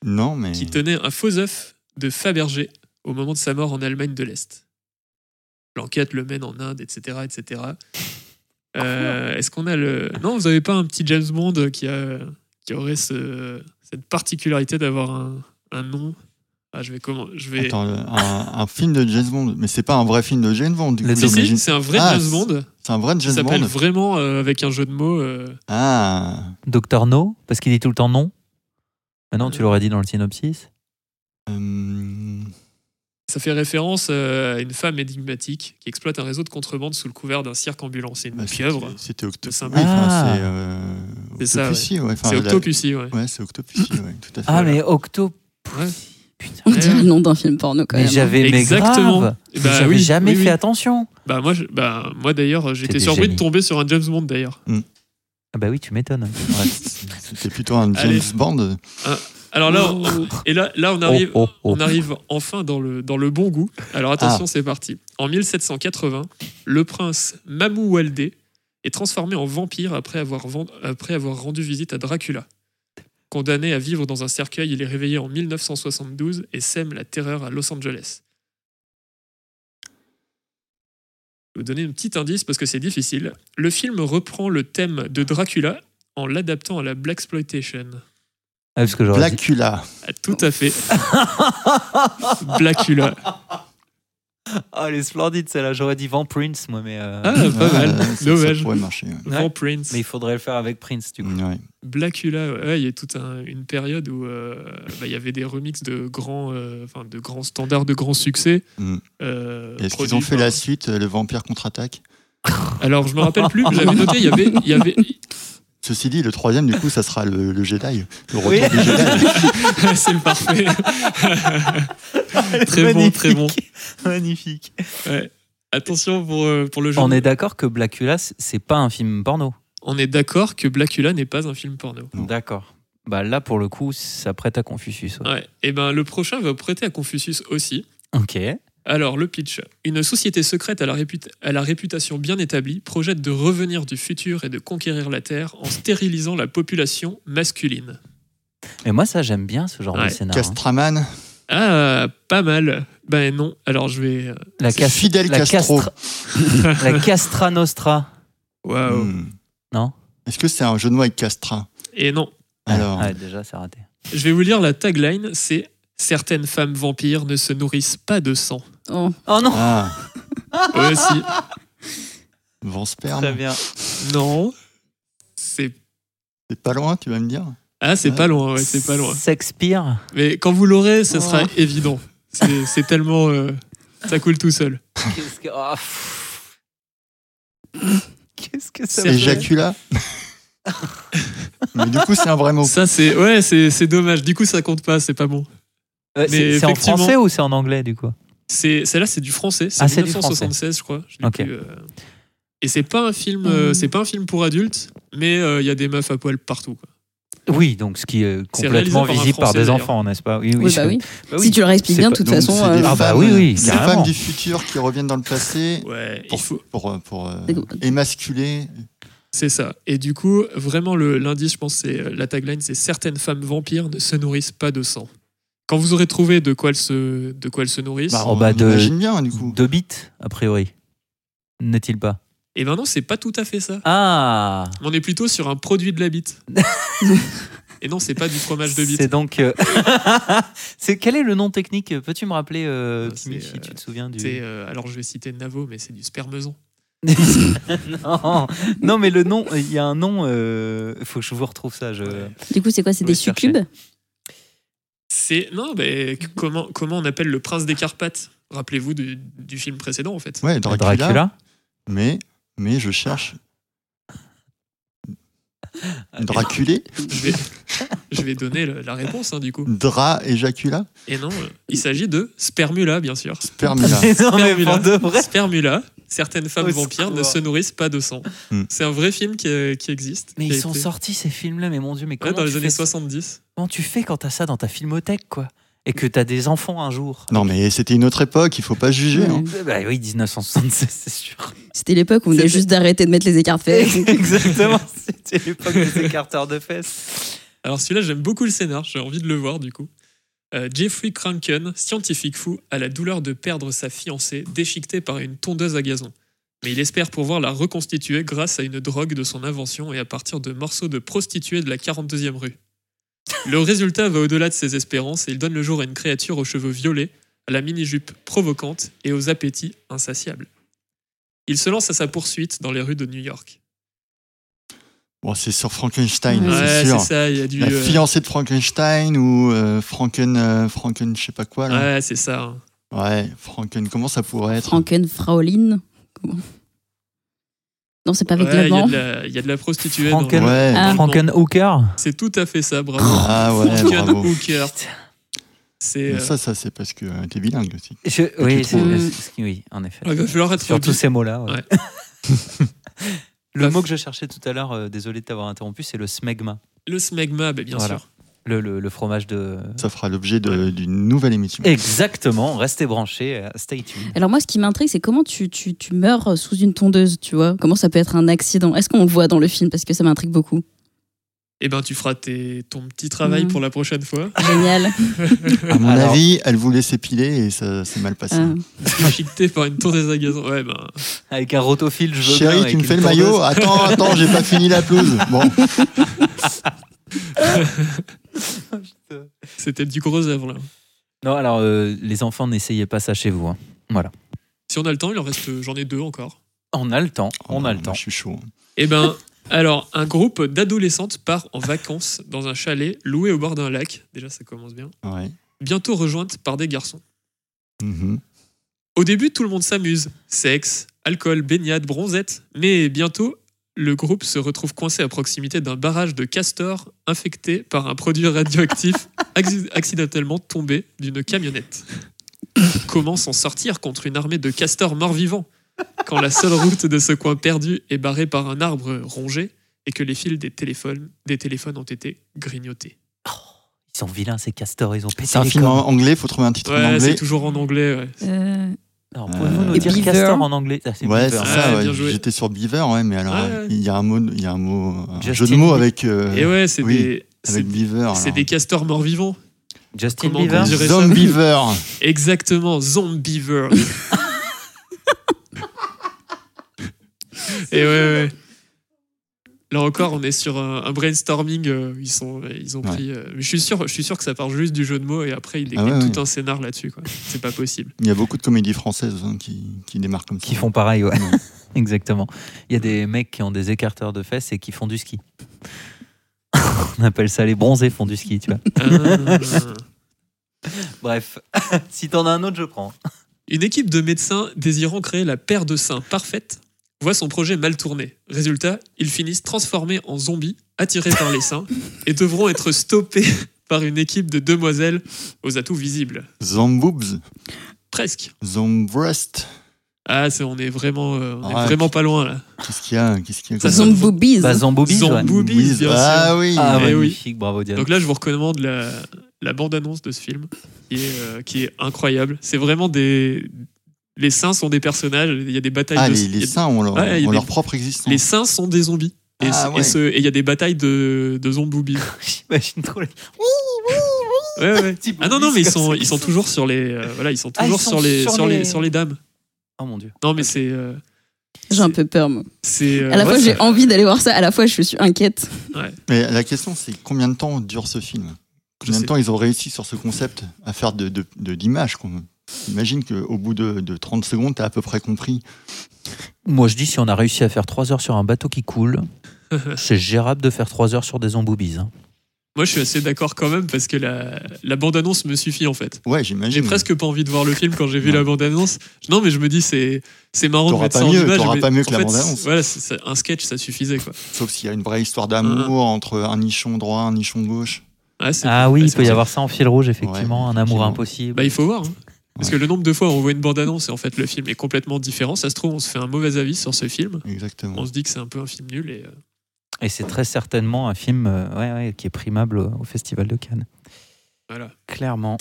H: Non, mais.
F: qui tenait un faux œuf de Fabergé au moment de sa mort en Allemagne de l'Est. L'enquête le mène en Inde, etc. etc. Euh, Est-ce qu'on a le. Non, vous n'avez pas un petit James Bond qui, a, qui aurait ce- cette particularité d'avoir un, un nom ah, Je vais comment je vais...
H: Attends, le- un, un film de James Bond, mais c'est pas un vrai film de James Bond. Du coup,
E: Le
F: Si, si,
H: j'imagine.
F: c'est un vrai
H: Ah,
F: James
H: c'est-
F: Bond
H: c'est un vrai
F: qui
H: James
F: s'appelle
H: Bond.
F: vraiment euh, avec un jeu de mots. euh,
H: Ah,
E: Docteur No, parce qu'il dit tout le temps non. Maintenant,
F: Euh.
E: tu l'aurais dit dans le synopsis.
H: euh,
F: ça fait référence euh, à une femme énigmatique qui exploite un réseau de contrebande sous le couvert d'un cirque ambulant. C'est une
H: bah,
F: pieuvre.
H: c'était- C'était Octopus.
F: sympa.
H: Oui, enfin,
E: Ah.
H: c'est euh,
F: C'est ça,
H: Octopussy, ouais. enfin,
F: C'est
H: la-
F: Octopussy, ouais.
H: Ouais, c'est Octopussy, ouais, tout à fait.
E: Ah, mais Octo.
F: Ouais.
E: Putain.
G: On dirait le nom d'un film porno quand
E: Mais
G: même. hein.
E: j'avais mais
F: Exactement.
E: grave.
F: Eh ben
E: j'avais
F: oui,
E: jamais
F: oui,
E: fait
F: oui.
E: attention.
F: Bah moi, je- bah, moi d'ailleurs,
E: T'es
F: j'étais
E: des
F: surpris
E: génies.
F: de tomber sur un James Bond d'ailleurs.
E: Ah bah oui, tu m'étonnes.
H: Ouais, C'était plutôt un James
F: Allez.
H: Bond.
F: Oh, Alors là, on- et là, là on arrive,
E: Oh, oh, oh.
F: on arrive enfin dans le dans le bon goût. Alors attention, c'est parti. En 1780, le prince Mamou Waldé est transformé en vampire après avoir vend- après avoir rendu visite à Dracula. Condamné à vivre dans un cercueil, il est réveillé en 1972 et sème la terreur à Los Angeles. Je vais vous donner un petit indice parce que c'est difficile. Le film reprend le thème de Dracula en l'adaptant à la Black Exploitation.
E: Ah, parce que j'aurais dit-
H: Blackula.
F: Ah, Tout à fait. Blackula.
E: Ah, elle est splendide celle-là. J'aurais dit Van Prince, moi, mais. euh,
F: Ah, pas
H: Ouais,
F: mal.
H: ouais, ça-
F: Dommage.
H: Ça pourrait marcher. ouais.
E: Ouais.
F: Grand Prince.
E: Mais il faudrait le faire avec Prince, du coup.
H: Ouais.
F: Blackula, ouais, ouais, il y a toute un- une période où euh, bah, il y avait des remixes de grands, euh, enfin, de grands standards, de grands succès.
H: Mm.
F: euh,
H: Et Est-ce qu'ils
F: produits
H: ont fait
F: par-
H: la suite, euh, Le Vampire contre-attaque
F: Alors, je me rappelle plus, mais j'avais noté, il y avait, il y avait,
H: Ceci dit, le troisième, du coup, ça sera le, le Jedi. Le retour
E: Oui.
H: du Jedi.
F: c'est parfait. très bon, très bon.
E: Magnifique.
F: Ouais. Attention pour, euh, pour le jeu.
E: On est d'accord que Blackula, c- c'est pas un film porno.
F: On est d'accord que Blackula n'est pas un film porno.
H: Non.
E: D'accord. Bah là, pour le coup, ça prête à Confucius. ouais.
F: Eh Ouais. Et ben, le prochain va prêter à Confucius aussi.
E: Ok.
F: Alors, le pitch. Une société secrète à la, réput- à la réputation bien établie projette de revenir du futur et de conquérir la Terre en stérilisant la population masculine.
E: Et moi, ça, j'aime bien ce genre
F: Ouais.
E: de hein. scénario.
H: Castraman,
F: Ah, pas mal. Ben non, alors je vais... euh,
E: La
H: c'est Fidel Castro.
E: castra- la Castra Nostra.
F: Waouh.
H: Hmm.
E: Non Ah,
H: Est-ce que c'est un jeu de mots avec Castra
F: Et non.
H: Alors,
E: Ouais, déjà, c'est raté.
F: Je vais vous lire la tagline, c'est « Certaines femmes vampires ne se nourrissent pas de sang
G: Oh,
E: Oh non
H: ah, ».
F: Aussi.
H: vent
F: Ah,
E: Très
H: sperme.
E: bien.
F: Non. C'est...
H: C'est pas loin, tu vas me dire
F: Ah, c'est
H: Ouais.
F: pas loin, ouais, c'est pas loin.
E: Shakespeare.
F: Mais quand vous l'aurez, ça sera
E: Oh.
F: évident. C'est c'est tellement... euh, ça coule tout seul.
E: Qu'est-ce que. ah, pff. Qu'est-ce que ça
F: C'est
E: fait
H: Éjacula Mais du coup, c'est un vrai mot.
F: Ça, c'est... Ouais, c'est c'est dommage. Du coup, ça compte pas, c'est pas bon.
E: Ouais,
F: Mais
E: C'est c'est en
F: effectivement-
E: français ou c'est en anglais, du coup
F: C'est celle-là, c'est du français. C'est
E: Ah, c'est du
F: 1976, je crois. Je l'ai
E: Ok.
F: plus, euh, Et c'est pas un film, euh,
G: Hmm.
F: c'est pas un film pour adultes, mais euh, il y a des meufs à poil partout. quoi.
E: Oui, donc ce qui est
F: C'est réalisé
E: complètement
F: par un
E: visible par
F: Français,
E: des
F: d'ailleurs.
E: enfants, n'est-ce pas Oui,
G: oui,
E: je-
G: bah oui.
E: bah oui.
G: Si tu leur expliques
E: C'est
G: bien,
E: pas-
G: de toute
H: Donc,
G: façon.
H: c'est des
G: euh,
E: Ah bah
H: femmes-
E: oui, oui,
H: des
E: carrément.
H: femmes du futur qui reviennent dans le passé
F: Ouais. il
H: pour,
F: faut-
H: pour, euh, pour, euh,
G: Dégoûte.
E: Bah,
H: émasculer.
F: C'est ça. Et du coup, vraiment le l'indice, je pense, c'est euh, la tagline, c'est certaines femmes vampires ne se nourrissent pas de sang. Quand vous aurez trouvé de quoi elles se, de quoi elles se nourrissent,
E: Bah,
H: on
E: bah, de-
H: imagine bien, du coup.
E: Deux bits, a priori. N'est-il pas
F: et ben non, c'est pas tout à fait ça.
E: Ah
F: On est plutôt sur un produit de la bite. et non, c'est pas du fromage de bite.
E: C'est donc. euh, c'est quel est le nom technique Peux-tu me rappeler, euh,
F: Non,
E: Kimi,
F: c'est,
E: si
F: euh,
E: tu te souviens
F: C'est,
E: du.
F: euh, alors je vais citer Navo, mais c'est du spermeson.
E: non, non, mais le nom, il y a un nom. Il faut que je vous retrouve ça. Je...
F: Ouais.
G: Du coup, c'est quoi C'est
E: Vous les
G: des succubes
F: C'est non, mais c- comment comment on appelle le prince des Carpates Rappelez-vous du, du film précédent en fait.
H: Ouais, Dracula.
E: Dracula
H: Mais, mais je cherche. Draculé
F: Je vais, je vais donner la, la réponse hein, du coup.
H: Dra éjacula
F: Et non, euh, il s'agit de spermula bien sûr.
H: Spermula.
E: Mais non, mais
F: Spermula.
E: pour de vrai.
F: Spermula. Certaines femmes
E: Au
F: vampires ne
E: secours.
F: se nourrissent pas de sang.
H: Hmm.
F: C'est un vrai film qui, est- qui existe.
E: Mais
F: qui a
E: ils sont
F: été-
E: sortis ces films-là, mais mon dieu, mais
F: Ouais,
E: comment,
F: dans
E: tu
F: les années
E: fais,
F: 70.
E: comment tu fais quand t'as ça dans ta filmothèque, quoi Et que t'as des enfants un jour
H: Non, mais c'était une autre époque, il faut pas juger. hein.
E: Bah oui, 1976, c'est sûr.
G: C'était l'époque où on venait
E: C'était-
G: juste d'arrêter de mettre les écarts fesses.
E: Exactement, c'était l'époque des écarteurs de fesses.
F: Alors celui-là, j'aime beaucoup le scénar, j'ai envie de le voir du coup. Euh, Jeffrey Kranken, scientifique fou, a la douleur de perdre sa fiancée déchiquetée par une tondeuse à gazon. Mais il espère pouvoir la reconstituer grâce à une drogue de son invention et à partir de morceaux de prostituées de la 42e rue. Le résultat va au-delà de ses espérances et il donne le jour à une créature aux cheveux violets, à la mini-jupe provocante et aux appétits insatiables. Il se lance à sa poursuite dans les rues de New York.
H: Bon, c'est sur Frankenstein,
G: Ouais,
H: c'est
F: Ouais,
H: sûr.
F: c'est ça, il y a du...
H: La
F: euh,
H: fiancée de Frankenstein ou euh, Franken, euh, Franken, je sais pas quoi. Là.
F: Ouais, c'est ça. hein.
H: Ouais. Franken, comment ça pourrait être
G: Franken, Fraoline. Comment Non, c'est pas avec
F: Ouais,
G: la
F: il y a
G: bande.
F: de la- il y, a de la prostituée. dans-
E: Franken,
H: Ouais.
G: Ah.
E: Franken Hooker
F: C'est tout à fait ça, bravo.
H: Ah ouais,
F: Franken
H: bravo.
F: Hooker. C'est.
H: Mais
F: euh,
H: ça, ça c'est parce que euh, t'es bilingue aussi.
E: Je- oui,
H: trouves.
E: c'est- c'est- c'est- euh, oui, en effet.
H: Ah,
F: Il va falloir être.
E: Surtout
F: bi-
E: ces mots-là. ouais.
F: Ouais.
E: le mot que je cherchais tout à l'heure, euh, désolé de t'avoir interrompu, c'est le smegma,
F: Le smegma, bah, bien
E: Voilà.
F: sûr.
E: le, le- le fromage de.
H: Ça fera l'objet de- d'une nouvelle émission.
E: Exactement, restez branchés, euh, stay tuned.
G: Alors moi, ce qui m'intrigue, c'est comment tu, tu, tu meurs sous une tondeuse, tu vois Comment ça peut être un accident Est-ce qu'on le voit dans le film Parce que ça m'intrigue beaucoup.
F: Eh ben, tu feras tes- ton petit travail
G: Mhm.
F: pour la prochaine fois.
G: Génial.
H: À mon
E: Alors-
H: avis, elle voulait s'épiler et ça s'est mal passé.
G: Euh,
F: Chiqueté par une tondeuse à gazon. Ouais, ben.
E: Avec un rotofile, je veux bien,
H: Chérie,
E: avec
H: tu me
E: une
H: fais le
E: tondeuse.
H: maillot ah. Attends, attends, j'ai pas fini la pelouse. Bon,
F: C'était du gros œuvre, là.
E: Non, alors, euh, les enfants, n'essayez pas ça chez vous. hein.
F: Si on a le temps, il en reste. euh, J'en ai deux encore.
E: On a le temps, on a le
H: Moi,
E: temps.
H: Je suis chaud.
F: Eh ben. Alors, un groupe d'adolescentes part en vacances dans un chalet loué au bord d'un lac. Déjà, ça commence bien.
H: Ouais.
F: Bientôt rejointe par des garçons.
H: Mhm.
F: Au début, tout le monde s'amuse. Sexe, alcool, baignade, bronzette. Mais bientôt, le groupe se retrouve coincé à proximité d'un barrage de castors infecté par un produit radioactif acci- accidentellement tombé d'une camionnette. Comment s'en sortir contre une armée de castors morts-vivants quand la seule route de ce coin perdu est barrée par un arbre rongé et que les fils des téléphones, des téléphones ont été grignotés
E: Oh, Ils sont vilains, ces castors, ils ont pété
H: C'est un
E: les
H: film
E: cornes.
H: en anglais, faut trouver un titre en
F: Ouais, c'est
H: anglais.
F: toujours en anglais. ouais.
G: Euh,
E: Alors, pouvez-vous nous
G: Et
E: dire
G: Beaver.
E: castor en anglais Ah, c'est
H: Ouais, c'est
E: Beaver.
H: ça.
F: Ouais,
H: ouais.
F: bien joué.
H: J'étais sur Beaver, ouais, mais alors
F: Ouais,
H: euh,
F: ouais.
H: il y a un mot, il y a un mot, un
E: Justin
H: jeu de mots avec euh,
F: Et ouais, c'est
H: oui,
F: des. c'est-
H: avec Beaver.
F: C'est des castors morts-vivants.
E: Justin
F: Comment
E: Bieber
F: on dirait-
H: Zombie Beaver.
F: Exactement, Zombiever. Et ouais, ouais. Là encore, on est sur un, un brainstorming. euh, ils, sont, ils ont
H: Ouais.
F: pris. euh, je, suis sûr, je suis sûr que ça part juste du jeu de mots et après, ils
H: Ah
F: déclinent
H: ouais, ouais.
F: tout un scénar là-dessus. quoi. C'est pas possible.
H: Il y a beaucoup de comédies françaises hein, qui, qui démarrent comme ça.
E: qui font pareil, ouais. Exactement. Il y a des mecs qui ont des écarteurs de fesses et qui font du ski. On appelle ça les bronzés font du ski, tu vois.
F: Ah.
E: Bref, si t'en as un autre, je prends.
F: Une équipe de médecins désirant créer la paire de seins parfaite voit son projet mal tourné. Résultat, ils finissent transformés en zombies, attirés par les seins, et devront être stoppés par une équipe de demoiselles aux atouts visibles.
H: Zomboobs,
F: Presque.
H: Zombreast.
F: Ah, c'est, on est vraiment, euh, on est
H: Ouais.
F: vraiment pas loin là.
H: Qu'est-ce qu'il y a Qu'est-ce qu'il y a
F: Ça
H: comme-
G: ils ont boobies.
E: Bah, Zambobis, ouais.
F: Zambou- Boobies, bien
H: Ah oui.
E: Ah,
F: Eh oui.
E: magnifique, bravo Diane.
F: Donc là, je vous recommande la, la bande-annonce de ce film, qui est, euh, qui est incroyable. C'est vraiment des. Les seins sont des personnages, il y a des batailles
H: Ah,
F: de
H: les,
F: il y
H: les
F: a-
H: saints ont leur,
F: Ouais, il y a
H: ont
F: des-
H: leur propre existence.
F: les seins sont des zombies. Et
H: Ah,
F: ce-
H: ouais.
F: et ce- et il y a des batailles de, de zombies.
E: J'imagine trop les
F: Ouais, ouais.
E: petits
F: Ah non non
E: boobies
F: mais ils
E: comme
F: sont
E: ça.
F: ils sont toujours sur les euh, voilà ils sont
E: Ah, ils
F: toujours
E: sont
F: sur les
E: sur
F: sur, les...
E: les-
F: sur les dames.
E: Oh mon dieu.
F: Non mais c'est euh,
G: J'ai un peu peur, moi.
F: c'est euh,
G: À la
F: ouais,
G: fois, j'ai
F: ça-
G: envie d'aller voir ça, à la fois, je suis inquiète.
H: Mais la question, c'est combien de temps dure ce film Combien
F: sais.
H: de temps ils ont réussi sur ce concept à faire de, de, de- d'images qu'on- Imagine qu'au bout de, de 30 secondes, t'as à peu près compris.
E: Moi je dis si on a réussi à faire 3 heures sur un bateau qui coule, c'est gérable de faire 3 heures sur des zombobies. hein.
F: moi je suis assez d'accord quand même parce que la la bande annonce me suffit en fait.
H: Ouais,
F: J'ai
H: j'imagine.
F: presque pas envie de voir le film quand j'ai vu
H: Non.
F: la bande annonce. Non mais je me dis c'est c'est marrant de
H: T'auras
F: mettre
H: pas
F: ça en
H: mieux,
F: image.
H: t'auras
F: mais
H: pas mieux que
F: en
H: la
F: fait,
H: bande-annonce.
F: c'est- Voilà c'est- c'est- un sketch ça suffisait quoi.
H: Sauf s'il y a une vraie histoire d'amour
F: Ah.
H: entre un nichon droit, un nichon gauche.
F: Ouais, c'est-
E: Ah oui,
F: ouais,
E: il
F: c'est
E: peut y
F: possible.
E: avoir ça en fil rouge, effectivement,
H: Ouais,
E: un amour
H: effectivement.
E: impossible.
F: Bah il faut voir. hein. Parce
H: Ouais.
F: que le nombre de fois où on voit une bande annonce et en fait le film est complètement différent. Ça se trouve on se fait un mauvais avis sur ce film.
H: Exactement.
F: On se dit que c'est un peu un film nul et euh,
E: Et c'est très certainement un film euh, ouais, ouais, qui est primable au, au Festival de Cannes.
F: voilà.
E: Clairement.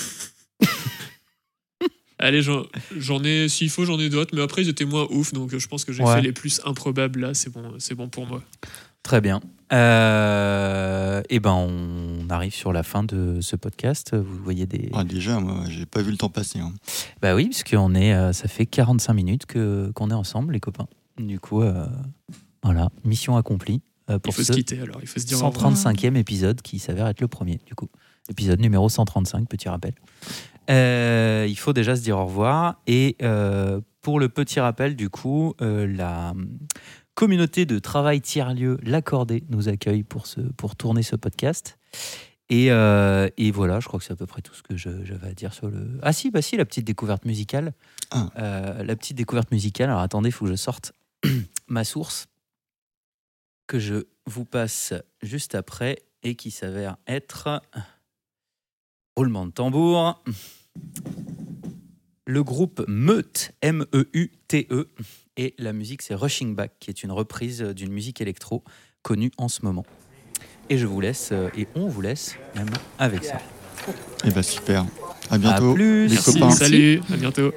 F: Allez, j'en j'en ai, s'il faut, j'en ai d'autres, mais après ils étaient moins ouf, donc euh, je pense que j'ai
E: Ouais.
F: fait les plus improbables là, c'est bon, c'est bon pour moi.
E: Très bien. Euh, eh ben, on arrive sur la fin de ce podcast. Vous voyez des.
H: Ah, déjà, moi, j'ai pas vu le temps passer. hein.
E: Bah oui, parce qu'on est, euh, ça fait 45 minutes que qu'on est ensemble, les copains. Du coup, euh, voilà, mission accomplie euh,
F: Il
E: pour
F: faut
E: ce
F: se quitter alors, il faut se dire. au revoir.
E: 135e épisode qui s'avère être le premier, du coup. Épisode numéro 135, petit rappel. Euh, il faut déjà se dire au revoir. Et euh, pour le petit rappel, du coup, euh, la communauté de travail tiers-lieu, l'accordé, nous accueille pour, ce, pour tourner ce podcast. Et, euh, et voilà, je crois que c'est à peu près tout ce que je- j'avais à dire sur le. Ah si, bah si, la petite découverte musicale.
H: Ah.
E: Euh, la petite découverte musicale. Alors attendez, il faut que je sorte ma source que je vous passe juste après et qui s'avère être roulement de tambour. Le groupe Meute, E M-E-U-T-E, et la musique c'est Rushing Back, qui est une reprise d'une musique électro connue en ce moment. Et je vous laisse, euh, et on vous laisse même avec ça.
H: Eh ben, super. À bientôt,
E: plus.
H: les
F: Merci,
H: copains.
F: salut, à bientôt.